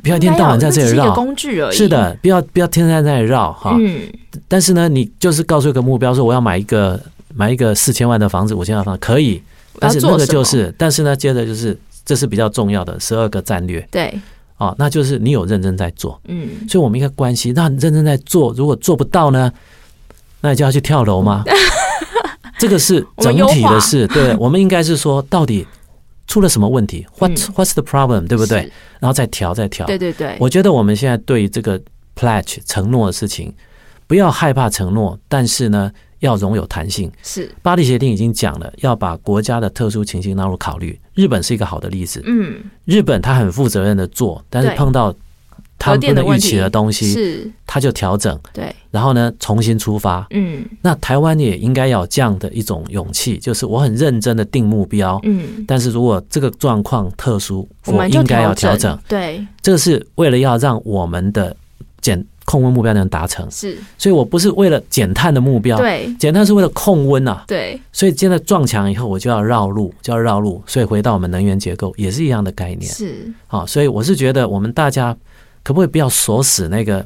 不要一天到晚在这那只是里一个绕。工具而已，是，的，不要不要天天在那里绕哈。嗯，但是呢，你就是告诉一个目标，说我要买一个买一个四千万的房子，五千万的房子可以，我但要是做那个什就么是，但是呢，接着就是这是比较重要的十二个战略对，啊、哦那就是你有认真在做，嗯，所以我们应该关心，那你认真在做，如果做不到呢，那你就要去跳 楼吗？这个是我整们优体化的事，对，我们应该是说到底出了什么问题？What 嗯 What's the problem？对不对？是？然后再调，再调，对对对，我觉得我们现在对于这个 pledge 承诺的事情，不要害怕承诺，但是呢，要容有弹性。是，巴黎协定已经讲了，要把国家的特殊情形纳入考虑。日本是一个好的例子，嗯，日本它很负责任的做，但是对碰到他们不能预期的东西，是，它就调整，对，然后呢重新出发。嗯那台湾也应该要有这样的一种勇气，就是我很认真的定目标，嗯，但是如果这个状况特殊，我我们就应该要调整整。，对，这个是为了要让我们的减控温目标能达成，是，所以我不是为了减碳的目标，对减碳是为了控温啊。对，所以现在撞墙以后，我就要绕路，就要绕路。所以回到我们能源结构也是一样的概念是啊。所以我是觉得我们大家可不可以不要锁死那个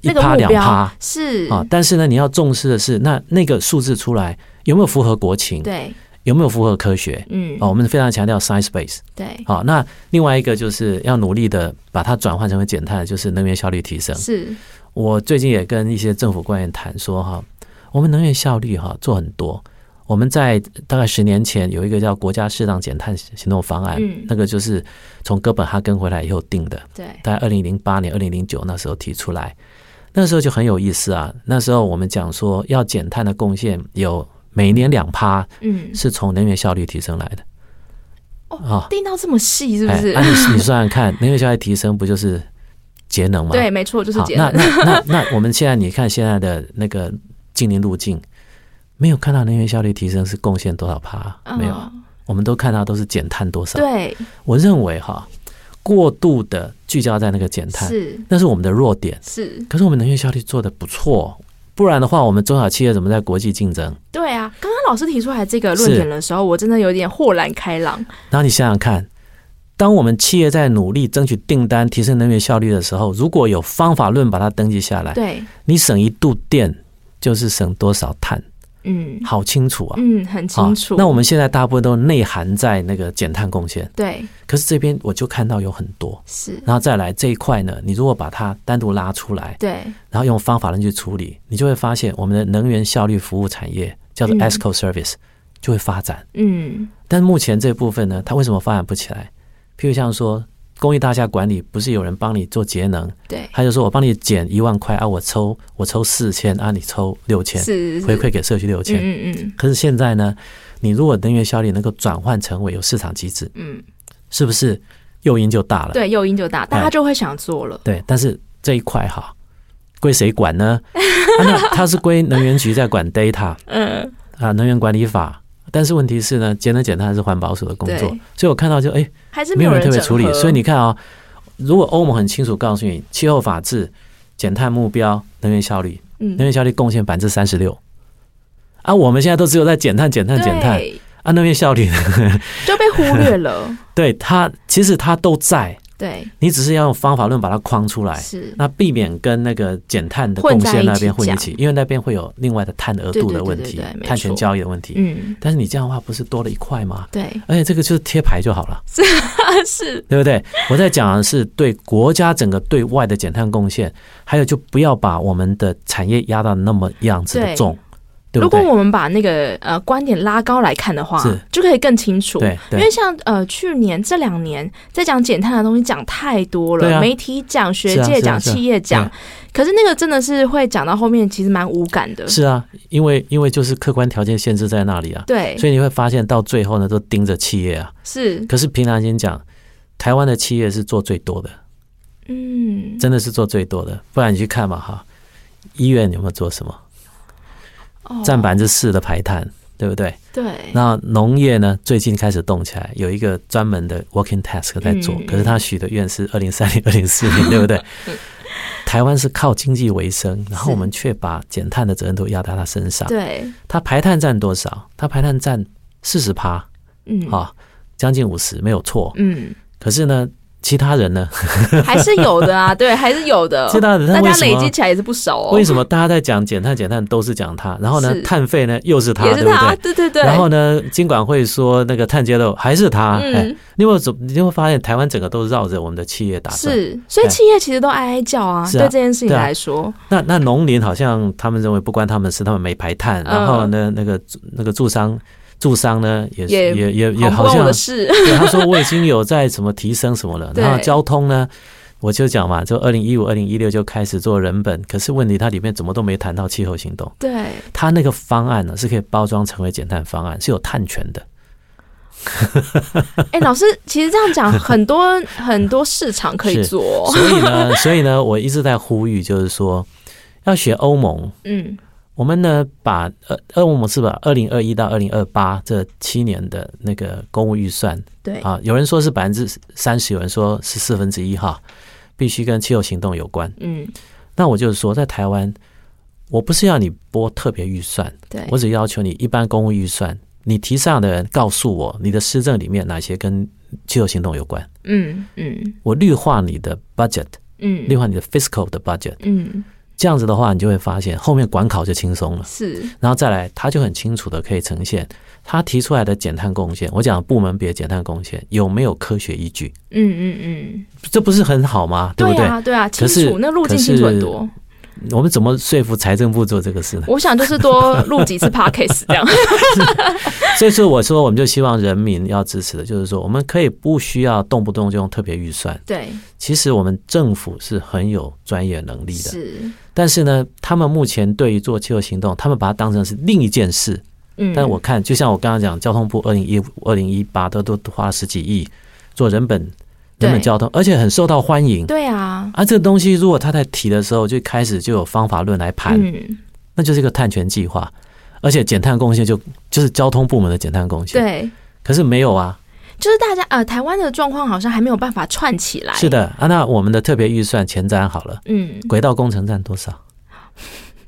一那个趴目两标趴是啊？但是呢，你要重视的是，那那个数字出来有没有符合国情，对，有没有符合科学？嗯啊，我们非常强调 science base。对，好，那另外一个就是要努力的把它转换成为减碳，就是能源效率提升。是，我最近也跟一些政府官员谈说哈，我们能源效率哈做很多。我们在大概十年前有一个叫国家适当减碳行动方案，嗯那个就是从哥本哈根回来以后定的，对，大概二零零八年、二零零九那时候提出来。那时候就很有意思啊，那时候我们讲说要减碳的贡献有每年两趴嗯，是从能源效率提升来的。哦啊定到这么细是不哎，是那、？ 你你算算看，能源效率提升不就是节能吗？对，，没错，就是好，节那能，那那那我们现在你看现在的那个禁令路径，没有看到能源效率提升是贡献多少趴、嗯没有啊，我们都看到都是减碳多少。对，我认为哈，过度的聚焦在那个减碳，是那是我们的弱点。是，可是我们能源效率做的不错，不然的话，我们中小企业怎么在国际竞争？对啊。刚刚老师提出来这个论点的时候，我真的有点豁然开朗。然后你想想看，当我们企业在努力争取订单、提升能源效率的时候，如果有方法论把它登记下来，对，你省一度电就是省多少碳，嗯好清楚啊！嗯，很清楚。啊那我们现在大部分都内涵在那个减碳贡献，对可是这边我就看到有很多。是，然后再来这一块呢，你如果把它单独拉出来，对然后用方法论去处理，你就会发现我们的能源效率服务产业叫做嗯 ESCO service、就会发展。嗯但目前这部分呢，它为什么发展不起来？譬如像说公益大厦管理，不是有人帮你做节能，对他就说我帮你减一万块啊，我抽我抽四千啊，你抽六千，是回馈给社区六嗯千。嗯嗯可是现在呢，你如果能源效率能够转换成为有市场机制，嗯是不是诱因就大了。对，诱因就大，大哎家就会想做了。对，但是这一块哈，归谁管呢？啊、那它是归能源局在管 data 嗯，啊，能源管理法。但是问题是呢，节能减碳还是环保署的工作对，所以我看到就哎，还是没有有人特别整处理。合所以你看啊、如果欧盟很清楚告诉你气候法治、减碳目标、能源效率，嗯能源效率贡献百分之三十六，啊，我们现在都只有在减碳、减碳、减碳，对啊，能源效率 呢？就被忽略 了。对它其实它都在，对，你只是要用方法论把它框出来。是，哎那避免跟那个减碳的贡献那边混混一在一起起，因为那边会有另外的碳额度的问对对题对对对没，错碳权交易的问题。嗯，但是你这样的话，不是多了一块吗？ 对，而且这个就是贴牌就好了，是，对不对？我在讲的是对国家整个对外的减碳贡献，还有就不要把我们的产业压到那么样子的对重，对如不果对？我们把那个呃观点拉高来看的话是，就可以更清楚。对因对为像呃去年这两年在讲减碳的东西讲太多对了，啊媒体讲、学是啊界是啊讲、是啊企业讲对，可是那个真的是会讲到后面，其实蛮无感的。是啊，因为因为就是客观条件限制在那里啊，对，所以你会发现到最后呢，都盯着企业啊。是，可是平常心讲，台湾的企业是做最多的。嗯，真的是做最多的，不然你去看嘛哈，医院有没有做什么？哦占百分之四的排碳，对不对？对，那农业呢？最近开始动起来，有一个专门的 working task 在做，嗯可是他许的愿是二零三零、二零四 零，对不对？台湾是靠经济为生，然后是我们却把减碳的责任都压在他身上。对，他排碳占多少？他排碳占四十趴嗯，啊，将近五十，没有错。嗯，可是呢，其他人呢？还是有的 啊，对，还是有的。其他人他大为家什累么积起来也是不少哦。为什么大家在讲减碳减碳都是讲它，然后呢是，碳费呢又是它，也对是不他，对？对对对。然后呢，金管会说那个碳揭露还是它，哎，嗯，你会怎你会发现台湾整个都绕着我们的企业打转。是，所以哎企业其实都哀哀叫啊，是啊对这件事情对啊来说，那那农林好像他们认为不关他们的事，他们没排碳，啊嗯然后呢，那个那个住商住商呢也也也也也好不关好我像的事。 对他说我已经有在什么提升什么了，对然后交通呢。我就讲嘛，就二零一五、二零一六就开始做人本，可是问题它里面怎么都没谈到气候行动。对，它那个方案呢是可以包装成为减碳方案，是有碳权的。 哎，老师，其实这样讲，很多很多市场可以是做哦，所以 呢，所以呢，我一直在呼吁，就是说要学欧盟。嗯，我们呢，把呃，欧盟是把二零二一到二零二八这七年的那个公务预算对，啊，有人说是百分之三十，有人说是四分之一哈，必须跟气候行动有关。嗯，那我就是说，在台湾，我不是要你拨特别预算，对，我只要求你一般公务预算，你提上的人告诉我你的施政里面哪些跟气候行动有关，嗯嗯我绿化你的 budget，绿嗯化你的 fiscal 的 budget，嗯，这样子的话，你就会发现后面管考就轻松了，是，然后再来，他就很清楚的可以呈现他提出来的减碳贡献，我讲部门别减碳贡献有没有科学依据，嗯嗯嗯，这不是很好吗？对不对对？啊对啊，清可是楚，那路径可清楚很是多。我们怎么说服财政部做这个事呢？ 我想就是多录几次 podcast 这样，所以说，我说我们就希望人民要支持的，就是说我们可以不需要动不动就用特别预算。对，其实我们政府是很有专业能力的，是，但是呢，他们目前对于做气候行动，他们把它当成是另一件事。嗯，但我看，就像我刚刚讲，交通部二零一五、二零一八都都花了十几亿做人本人本对交通，而且很受到欢迎。对啊，啊，这个东西如果他在提的时候就开始就有方法论来盘，嗯，那就是一个碳权计划，而且减碳贡献就就是交通部门的减碳贡献。对，可是没有啊，就是大家呃，台湾的状况好像还没有办法串起来。是，的啊。那我们的特别预算前瞻好了，嗯，轨道工程占 多少？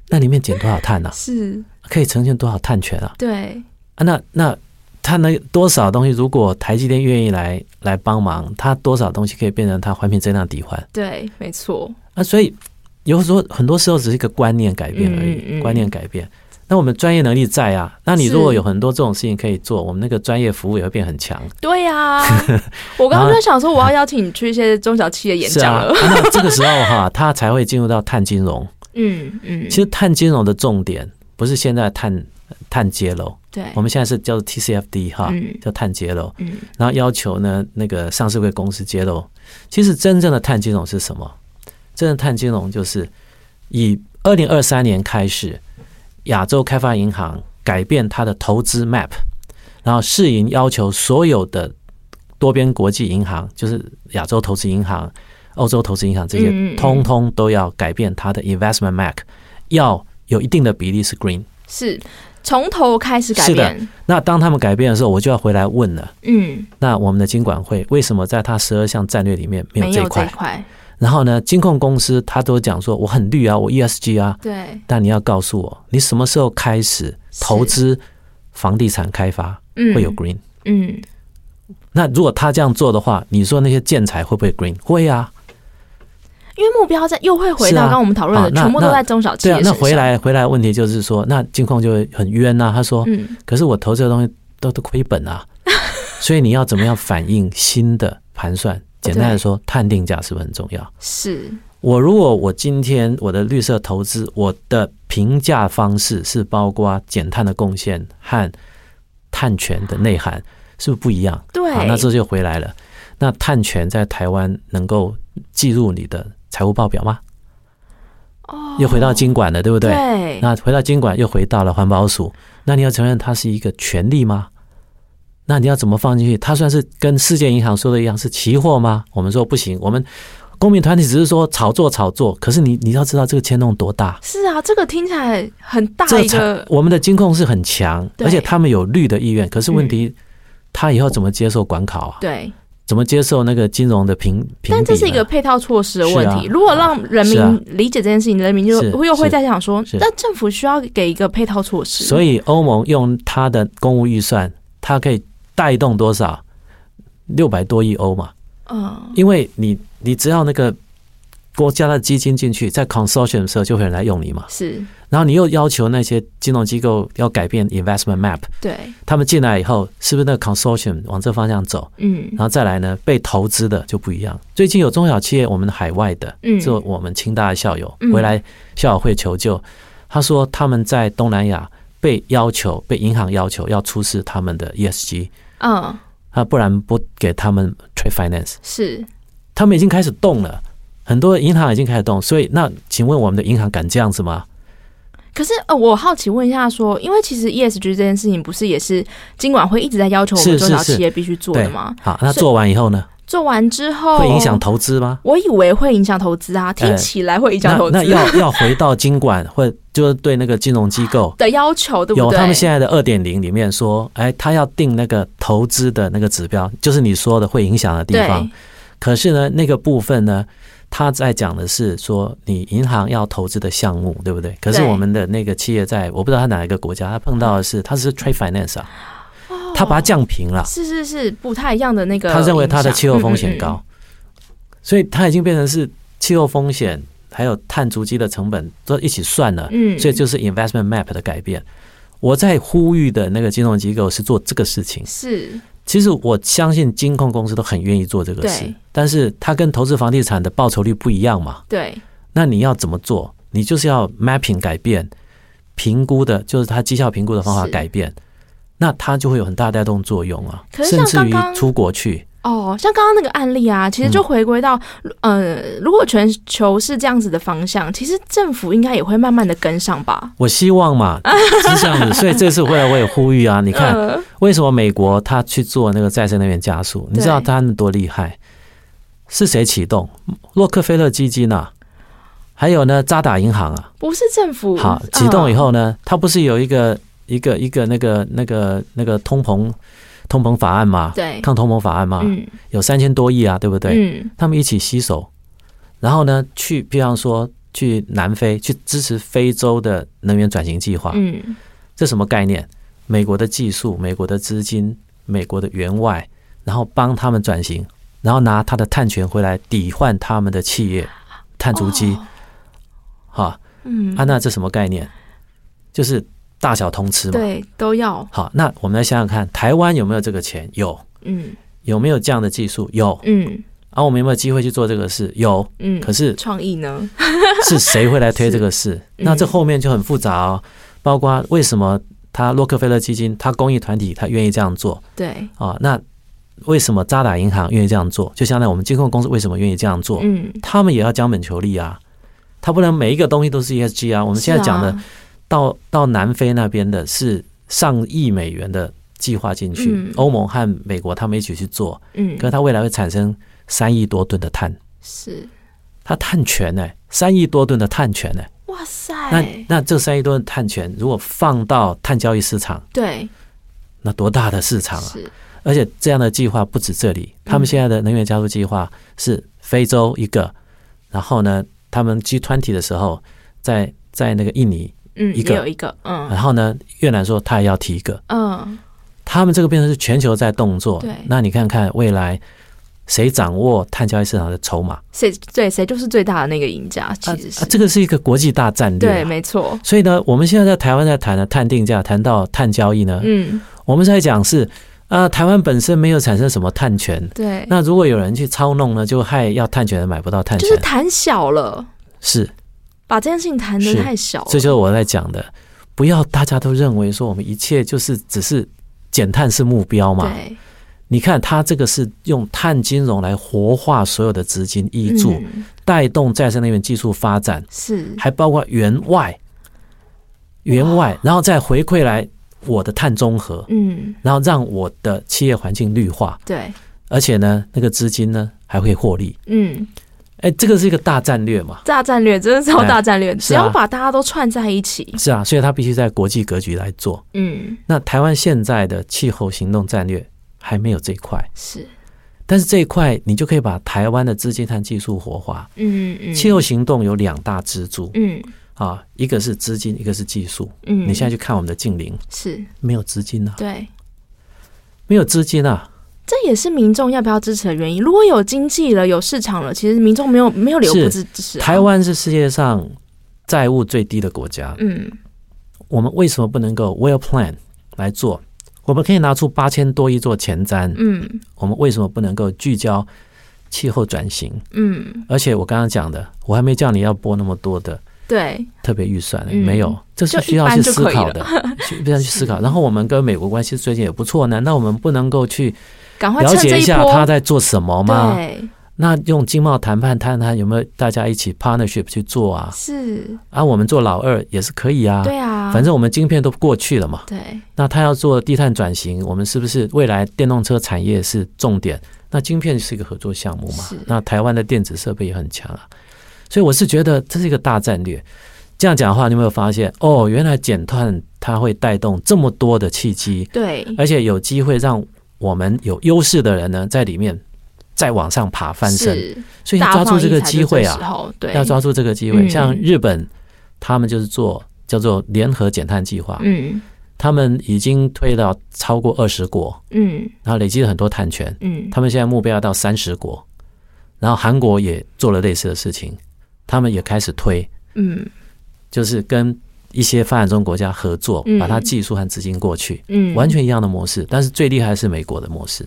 那里面减多少碳呢、是，可以呈现多少碳权啊？对，啊，那那它能多少东西？如果台积电愿意来来帮忙，它多少东西可以变成它环评增量抵换对，没错，啊？所以有时候很多时候只是一个观念改变而已，嗯嗯嗯观念改变。那我们专业能力在啊，那你是如果有很多这种事情可以做，我们那个专业服务也会变很强。对 啊。我刚刚就在想说，我要邀请你去一些中小企业演是讲啊，啊了。那这个时候 哈，它才会进入到碳金融。嗯嗯，其实碳金融的重点不是现在碳碳揭露，对我，们啊现在是叫做 TCFD 哈，哎嗯叫碳揭露。嗯，然后要求呢，那个上市贵公司揭露，其实真正的碳金融是什么？真正的碳金融就是以二零二三年开始，亚洲开发银行改变它的投资 map，然后试营要求所有的多边国际银行，就是亚洲投资银行、欧洲投资银行嗯这嗯些，嗯通通都要改变它的 investment mark，要有一定的比例是 green。是从头开始改是的变，那当他们改变的时候，我就要回来问了。嗯，那我们的金管会为什么在它十二项战略里面没没有这有一这一块？块，然后呢，金控公司它都讲说我很绿啊，我 ESG 啊，对，但你要告诉我，你什么时候开始投资房地产开发嗯，会有 green？、嗯，那如果他这样做的话，你说那些建材会不会 green？会啊，因为目标在又会回是到啊刚刚我们讨论的，啊那全部都那在中小企对业啊。身那上。回，来回来问题就是说，那金控就会很冤啊呐、他说，嗯，可是我投这个东西都都亏本 啊，所以你要怎么样反映新的盘哦算？简单的说，探定价是不是很重要？是，我如果我今天我的绿色投资，我的评价方式是包括减碳的贡献和碳权的内涵，是不是不一样？对，好，那这就回来了。那碳权在台湾能够计入你的财务报表吗？哦又回到经管了，对不对？对，那回到经管，又回到了环保署。那你要承认它是一个权利吗？那你要怎么放进去？它算是跟世界银行说的一样是期货吗？我们说不行，我们公民团体只是说炒作炒作，可是你你要知道这个牵动多大。是啊，这个听起来很大这一才个，我们的金控是很强，对嗯而且他们有绿的意愿，可是问题、他以后怎么接受管考啊？对，怎么接受那个金融的评评比啊呢？但这是一个配套措施的问题。是啊如果让人是啊民理解这件事情，人民就是又会是在想说，是那政府需要给一个配套措施。所以，以欧盟用它的公务预算，它可以带动多少？六百多亿欧嘛，嗯，因为你你只要那个国家的基金进去，在 consortium 的时候就会有人来用你嘛。是然后你又要求那些金融机构要改变 investment map，对，他们进来以后，是不是那个 consortium 往这方向走？嗯然后再来呢，被投资的就不一样。最近有中小企业，我们海外的，嗯，就我们清大的校友嗯回来校友会求救，他说他们在东南亚被要求被银行要求要出示他们的 ESG，嗯啊，不然不给他们 trade finance。是他们已经开始动了，很多银行已经开始动，所以那请问我们的银行敢这样子吗？可是呃，我好奇问一下说，因为其实 ESG 这件事情不是也是金管会一直在要求我们是中是小是企业必须做对的吗？，好，那所以哦做完以后呢，做完之后会影响。投资吗？我以为会影响投资啊，听起来会影响那投资那要要回到金管或就是对那个金融机构 。的要求， 对不对？有他们现在的二点零里面说，哎，他要定那个投资的那个指标，就是你说的会影响的地对方。可是呢，那个部分呢，他在讲的是说，你银行要投资的项目，对不对？可是对我们的那个企业在，我不知道他哪一个国家，他碰到的是，他是 trade finance 啊，他把它降平了，哦是是是不太一样的那个影他响，认为他的气候风险嗯，嗯高，所以他已经变成是气候风险还有碳足迹的成本都一起算了，嗯所以就是 investment map 的改变。我在呼吁的那个金融机构是做这个事情嗯，是其实我相信金控公司都很愿意做这个事对，但是它跟投资房地产的报酬率不一样嘛。对，那你要怎么做？你就是要 mapping 改变评估的，就是它绩效评估的方法是改变，那它就会有很大带动作用啊。可是像甚至于刚刚出国去，哦，像刚刚那个案例啊，其嗯实就回归到，呃，如果全球是这样子的方向，其实政府应该也会慢慢的跟上吧。我希望嘛是这样 子。所以这次回来我也呼吁啊，你你看为什么美国他去做那个再生能源加速？你知道对他们多厉害？是谁启动？洛克菲勒基金啊，还有呢渣打银行啊。不是政府呃好，启动以后，后呢，它不是有一个一个一个那个那个那个通膨通膨法案吗？对，抗通膨法案吗？嗯，有三千多亿啊，对不对？嗯，他们一起吸手，然后呢，去比方说去南非去支持非洲的能源转型计划，嗯，这什么概念？美国的技术、美国的资金、美国的员外，然后帮他们转型，然后拿他的碳权回来抵换他们的企业碳足迹，哦哈、嗯，啊，那这什么概念？就是大小通吃嗯嘛。对，都要，好，那我们来想想看，台湾有没有这个钱？有，嗯有没有这样的技术？有。嗯啊，我们有没有机会去做这个事？有。嗯，可是创意呢？是谁会来推这个事？嗯那这后面就很复杂哦，包括为什么他洛克菲勒基金、他公益团体他愿意这样做对，啊？那为什么渣打银行愿意这样做？就相当于我们金控公司为什么愿意这样做？嗯，他们也要将本求利啊，他不能每一个东西都是 ESG 啊。我我们现在讲的到到南非那边的是上亿美元的计划进去。嗯欧盟和美国他们一起去做，嗯可，是它未来会产生三亿多吨的碳，是，它碳权呢、三亿多吨的碳权呢、哇那塞，那这三亿多吨的碳权如果放到碳交易市场，对，那多大的市场啊！是，嗯而且这样的计划不止这里，他们现在的能源加速计划是非洲一个，然后呢，他们 G20 的时候在在那个印尼，嗯，一也个啊有一个，嗯然后呢，越南说他也要提一个，嗯，他们这个变成是全球在动作对。那你看看未来谁掌握碳交易市场的筹码？谁对谁就是最大的那个赢家，其实啊是，这个是一个国际大战略对，啊、没错，所以呢，我们现在在台湾在谈的碳定价，谈到碳交易呢，嗯，我们在讲是啊、台湾本身没有产生什么碳权，对，那如果有人去操弄呢，就害要探权的买不到探就权，是哦谈小了，是，把这件事情谈的是太小了这，就是我在讲的，不要大家都认为说我们一切就是只是减碳是目标嘛。对，你看它这个是用碳金融来活化所有的资金挹注，嗯带动再生能源技术发展，是，还包括员外，员外，然后再回馈来我的碳中和，嗯，然后让我的企业环境绿化，对，而且呢，那个资金呢还会获利。嗯，哎，这个是一个大战略嘛。大战略真的超哎大战略，只是啊要把大家都串在一起，是啊，所以它必须在国际格局来做。嗯，那台湾现在的气候行动战略还没有这一块，是，但是这一块你就可以把台湾的资金和技术活化。嗯嗯，气候行动有两大支柱嗯啊，一个是资金，一个是技术。嗯，你现在去看我们的近邻，是没有资金啊，对，没有资金啊，这也是民众要不要支持的原因。如果有经济了，有市场了，其实民众没有没有理由是不支支持啊、台湾是世界上债务最低的国家，嗯，我们为什么不能够 well plan 来做？我们可以拿出八千多亿做前瞻，嗯我们为什么不能够聚焦气候转型？嗯，而且我刚刚讲的，我还没叫你要拨那么多的对，特别预算呢，嗯没有，这是就需一要般去就思可以考的，需需要去思考。然后我们跟美国关系最近也不错，难道我们不能够去赶快了趁这解一下波，他在做什么吗？对，那用经贸谈判看看有没有大家一起 partnership 去做啊？是，啊，我们做老二也是可以啊。对啊，反正我们晶片都过去了嘛，对，那他要做低碳转型，我们是不是未来电动车产业是重点？那晶片是一个合作项目嘛是？那台湾的电子设备也很强啊，所以我是觉得这是一个大战略。这样讲的话，你有没有发现哦？原来减碳它会带动这么多的契机， 对，而且有机会让我们有优势的人呢，在里面再往上爬翻身。是所以要抓住这个机会大放异彩就这时啊，候对，要抓住这个机会。嗯像日本，他们就是做叫做联合减碳计划，嗯他们已经推到超过二十国，嗯然后累积了很多碳权。嗯，他们现在目标要到三十国，然后韩国也做了类似的事情，他们也开始推，嗯就是跟一些发展中国家合作嗯，把它技术和资金过去，嗯，完全一样的模式。但是最厉害是美国的模式，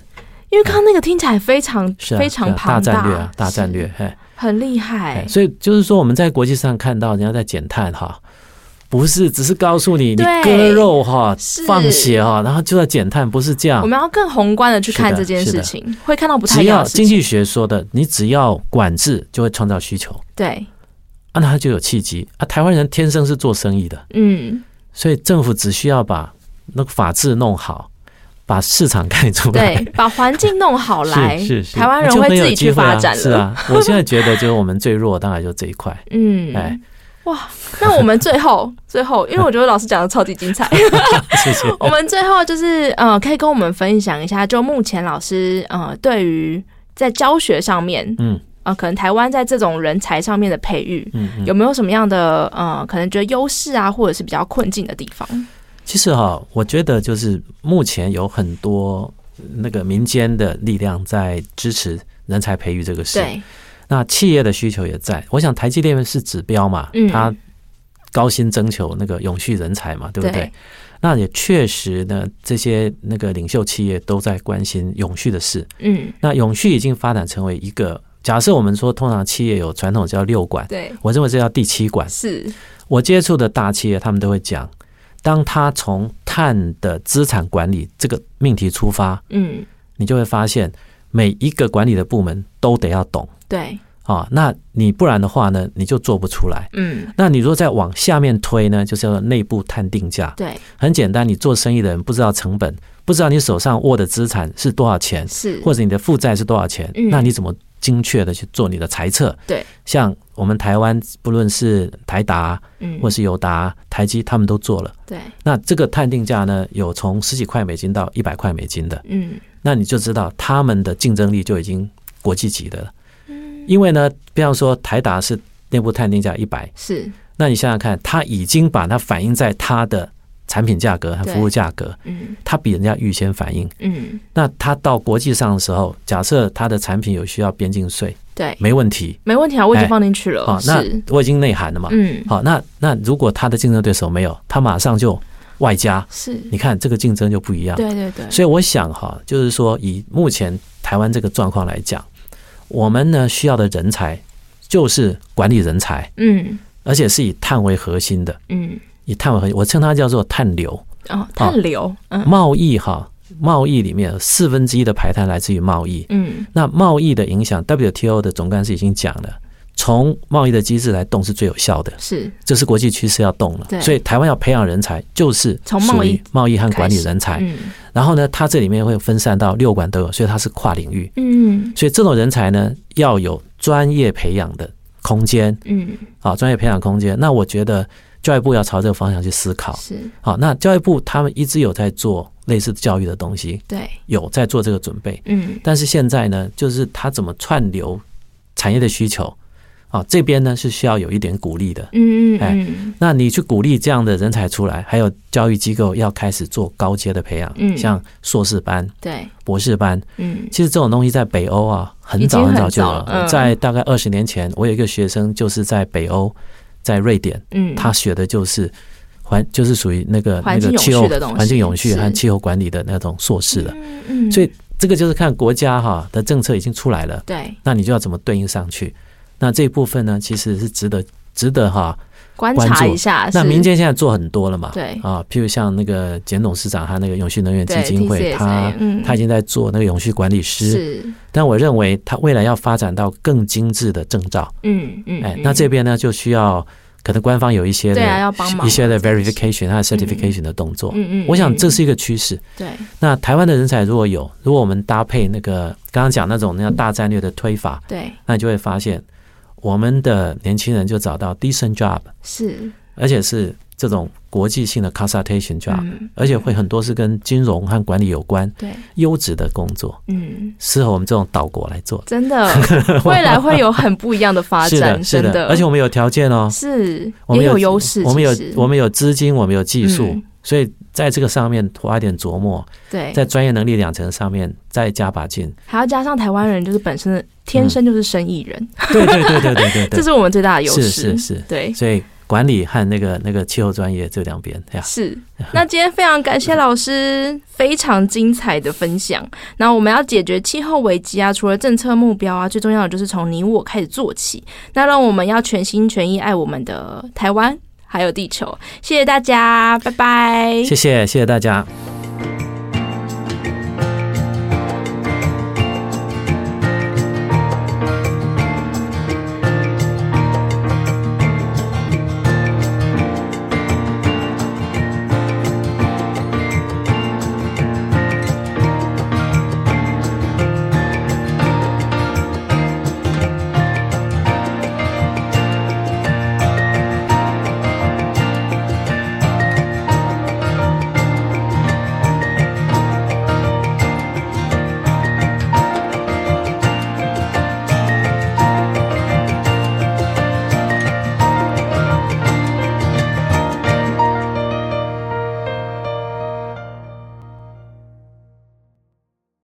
因为刚刚那个听起来非常是啊，非常是啊大庞战略啊，大战是略，嘿，很厉嘿害，哎所以就是说我们在国际上看到人家在减碳哈。不是，只是告诉你你对割肉哈是，放血哈，然后就要减碳，不是这样我。们要更宏观的去看啊是的这件是事的情，会看到不太只一样要的事经情。济学说的，你只要管制就会创造需求，对，啊，那他就有契机啊。台湾人天生是做生意的，嗯，所以政府只需要把那个法治弄好，把市场盖出来。对，把环境弄好来，是是是，台湾那人就会很有自己机去会啊发展了。是啊，我现在觉得就是我们最弱，当然就这一块。嗯，哎，那我们最后最后，因为我觉得老师讲的超级精彩， 谢谢。我们最后就是呃，可以跟我们分享一下，就目前老师呃对于在教学上面，嗯呃，可能台湾在这种人才上面的培育。嗯嗯，有没有什么样的呃，可能觉得优势啊，或者是比较困境的地方？其实哈、我觉得就是目前有很多呃那个民间的力量在支持人才培育这个事。对，那企业的需求也在。我想台积电是指标嘛，嗯它高薪征求那个永续人才嘛，对不对？对那也确实呢，这些那个领袖企业都在关心永续的事。嗯，那永续已经发展成为一个，假设我们说通常企业有传统叫六管，对，我认为这叫第七管。是，我接触的大企业，他们都会讲，当他从碳的资产管理这个命题出发，嗯，你就会发现每一个管理的部门都得要懂。对，啊、那你不然的话呢，你就做不出来。嗯，那你若再往下面推呢，就是要内部探定价。对，很简单，你做生意的人不知道成本，不知道你手上握的资产是多少钱，是，或者你的负债是多少钱，嗯那你怎么精确的去做你的裁测？对，像我们台湾不论是台达嗯，或是友达、台积，他们都做了。对，那这个探定价呢，有从十几块美金到一百块美金的，嗯那你就知道他们的竞争力就已经国际级的了。嗯因为呢，比方说台达是内部探定价一百，是，那你想想看，它已经把它反映在它的产品价格和服务价格，嗯它比人家预先反映。嗯，那它到国际上的时候，假设它的产品有需要边境税，对，没问题没问题啊，我已经哎放进去了，啊、那是，我已经内涵了嘛。嗯，好、那那如果它的竞争对手没有，它马上就外加，是，你看这个竞争就不一样。对对对，所以我想哈，就是说以目前台湾这个状况来讲，我们呢需要的人才就是管理人才，嗯而且是以碳为核心的，嗯，以碳为核心，我称它叫做碳流哦，碳流，嗯贸易哈。贸易里面有四分之一的排碳来自于贸易，嗯那贸易的影响，WTO 的总干事已经讲了，从贸易的机制来动是最有效的，是，这是国际趋势要动对了。所以台湾要培养人才，就是从贸易属于贸易和管理人才。嗯然后呢，它这里面会分散到六管都有，所以它是跨领域。嗯所以这种人才呢，要有专业培养的空间嗯，啊，专业培养空间。那我觉得教育部要朝这个方向去思考。是好，那教育部他们一直有在做类似教育的东西，对，有在做这个准备。嗯但是现在呢，就是它怎么串流产业的需求啊，这边呢是需要有一点鼓励的。嗯嗯哎嗯，那你去鼓励这样的人才出来，还有教育机构要开始做高阶的培养，嗯像硕士班、对，博士班。嗯其实这种东西在北欧啊，很已早经很很早就有早了，嗯在大概二十年前，我有一个学生就是在北欧，在瑞典，嗯，他学的就是环，就是属于那个那环境个永续气候的东西环境永续是和气候管理的那种硕士的。嗯嗯，所以这个就是看国家哈的政策已经出来了。对那你就要怎么对应上去？那这一部分呢，其实是值得值得哈。观关察注一下，那啊是民间现在做很多了嘛，对啊，譬如像那个简董事长他那个永续能源基对金会， TCSA 他嗯他已经在做那个永续管理师，是但我认为他未来要发展到更精致的证照，嗯嗯，哎嗯，那这边呢就需要可能官方有一些对啊要的帮忙一些的这个是嗯 verification 和 certification 的动作，嗯嗯，我想这嗯是一个趋势。对那台湾的人才如果有，如果我们搭配那个刚刚讲那种那样大战略的推法，对那你就会发现，我们的年轻人就找到 decent job，是而且是这种国际性的 consultation job，、嗯而且会很多是跟金融和管理有关，对优质的工作，嗯。适合我们这种岛国来做。真 的，未来会有很不一样的发是展，的，是真的，而且我们有条件哦，是我也们有优势，我们有其实我们有资金，我们有技术，嗯所以在这个上面花一点琢磨，对，在专业能力养成上面再加把劲。还要加上台湾人就是本身的天生就是生意人，对对对对对对 这嗯对，是我们最大的优势。是是是，对，所以管理和那个那个气候专业这两边，哎呀，是。那今天非常感谢老师非常精彩的分享。那我们要解决气候危机啊，除了政策目标啊，最重要的就是从你我开始做起。那让我们要全心全意爱我们的台湾还有地球。谢谢大家，拜拜。谢谢谢谢大家。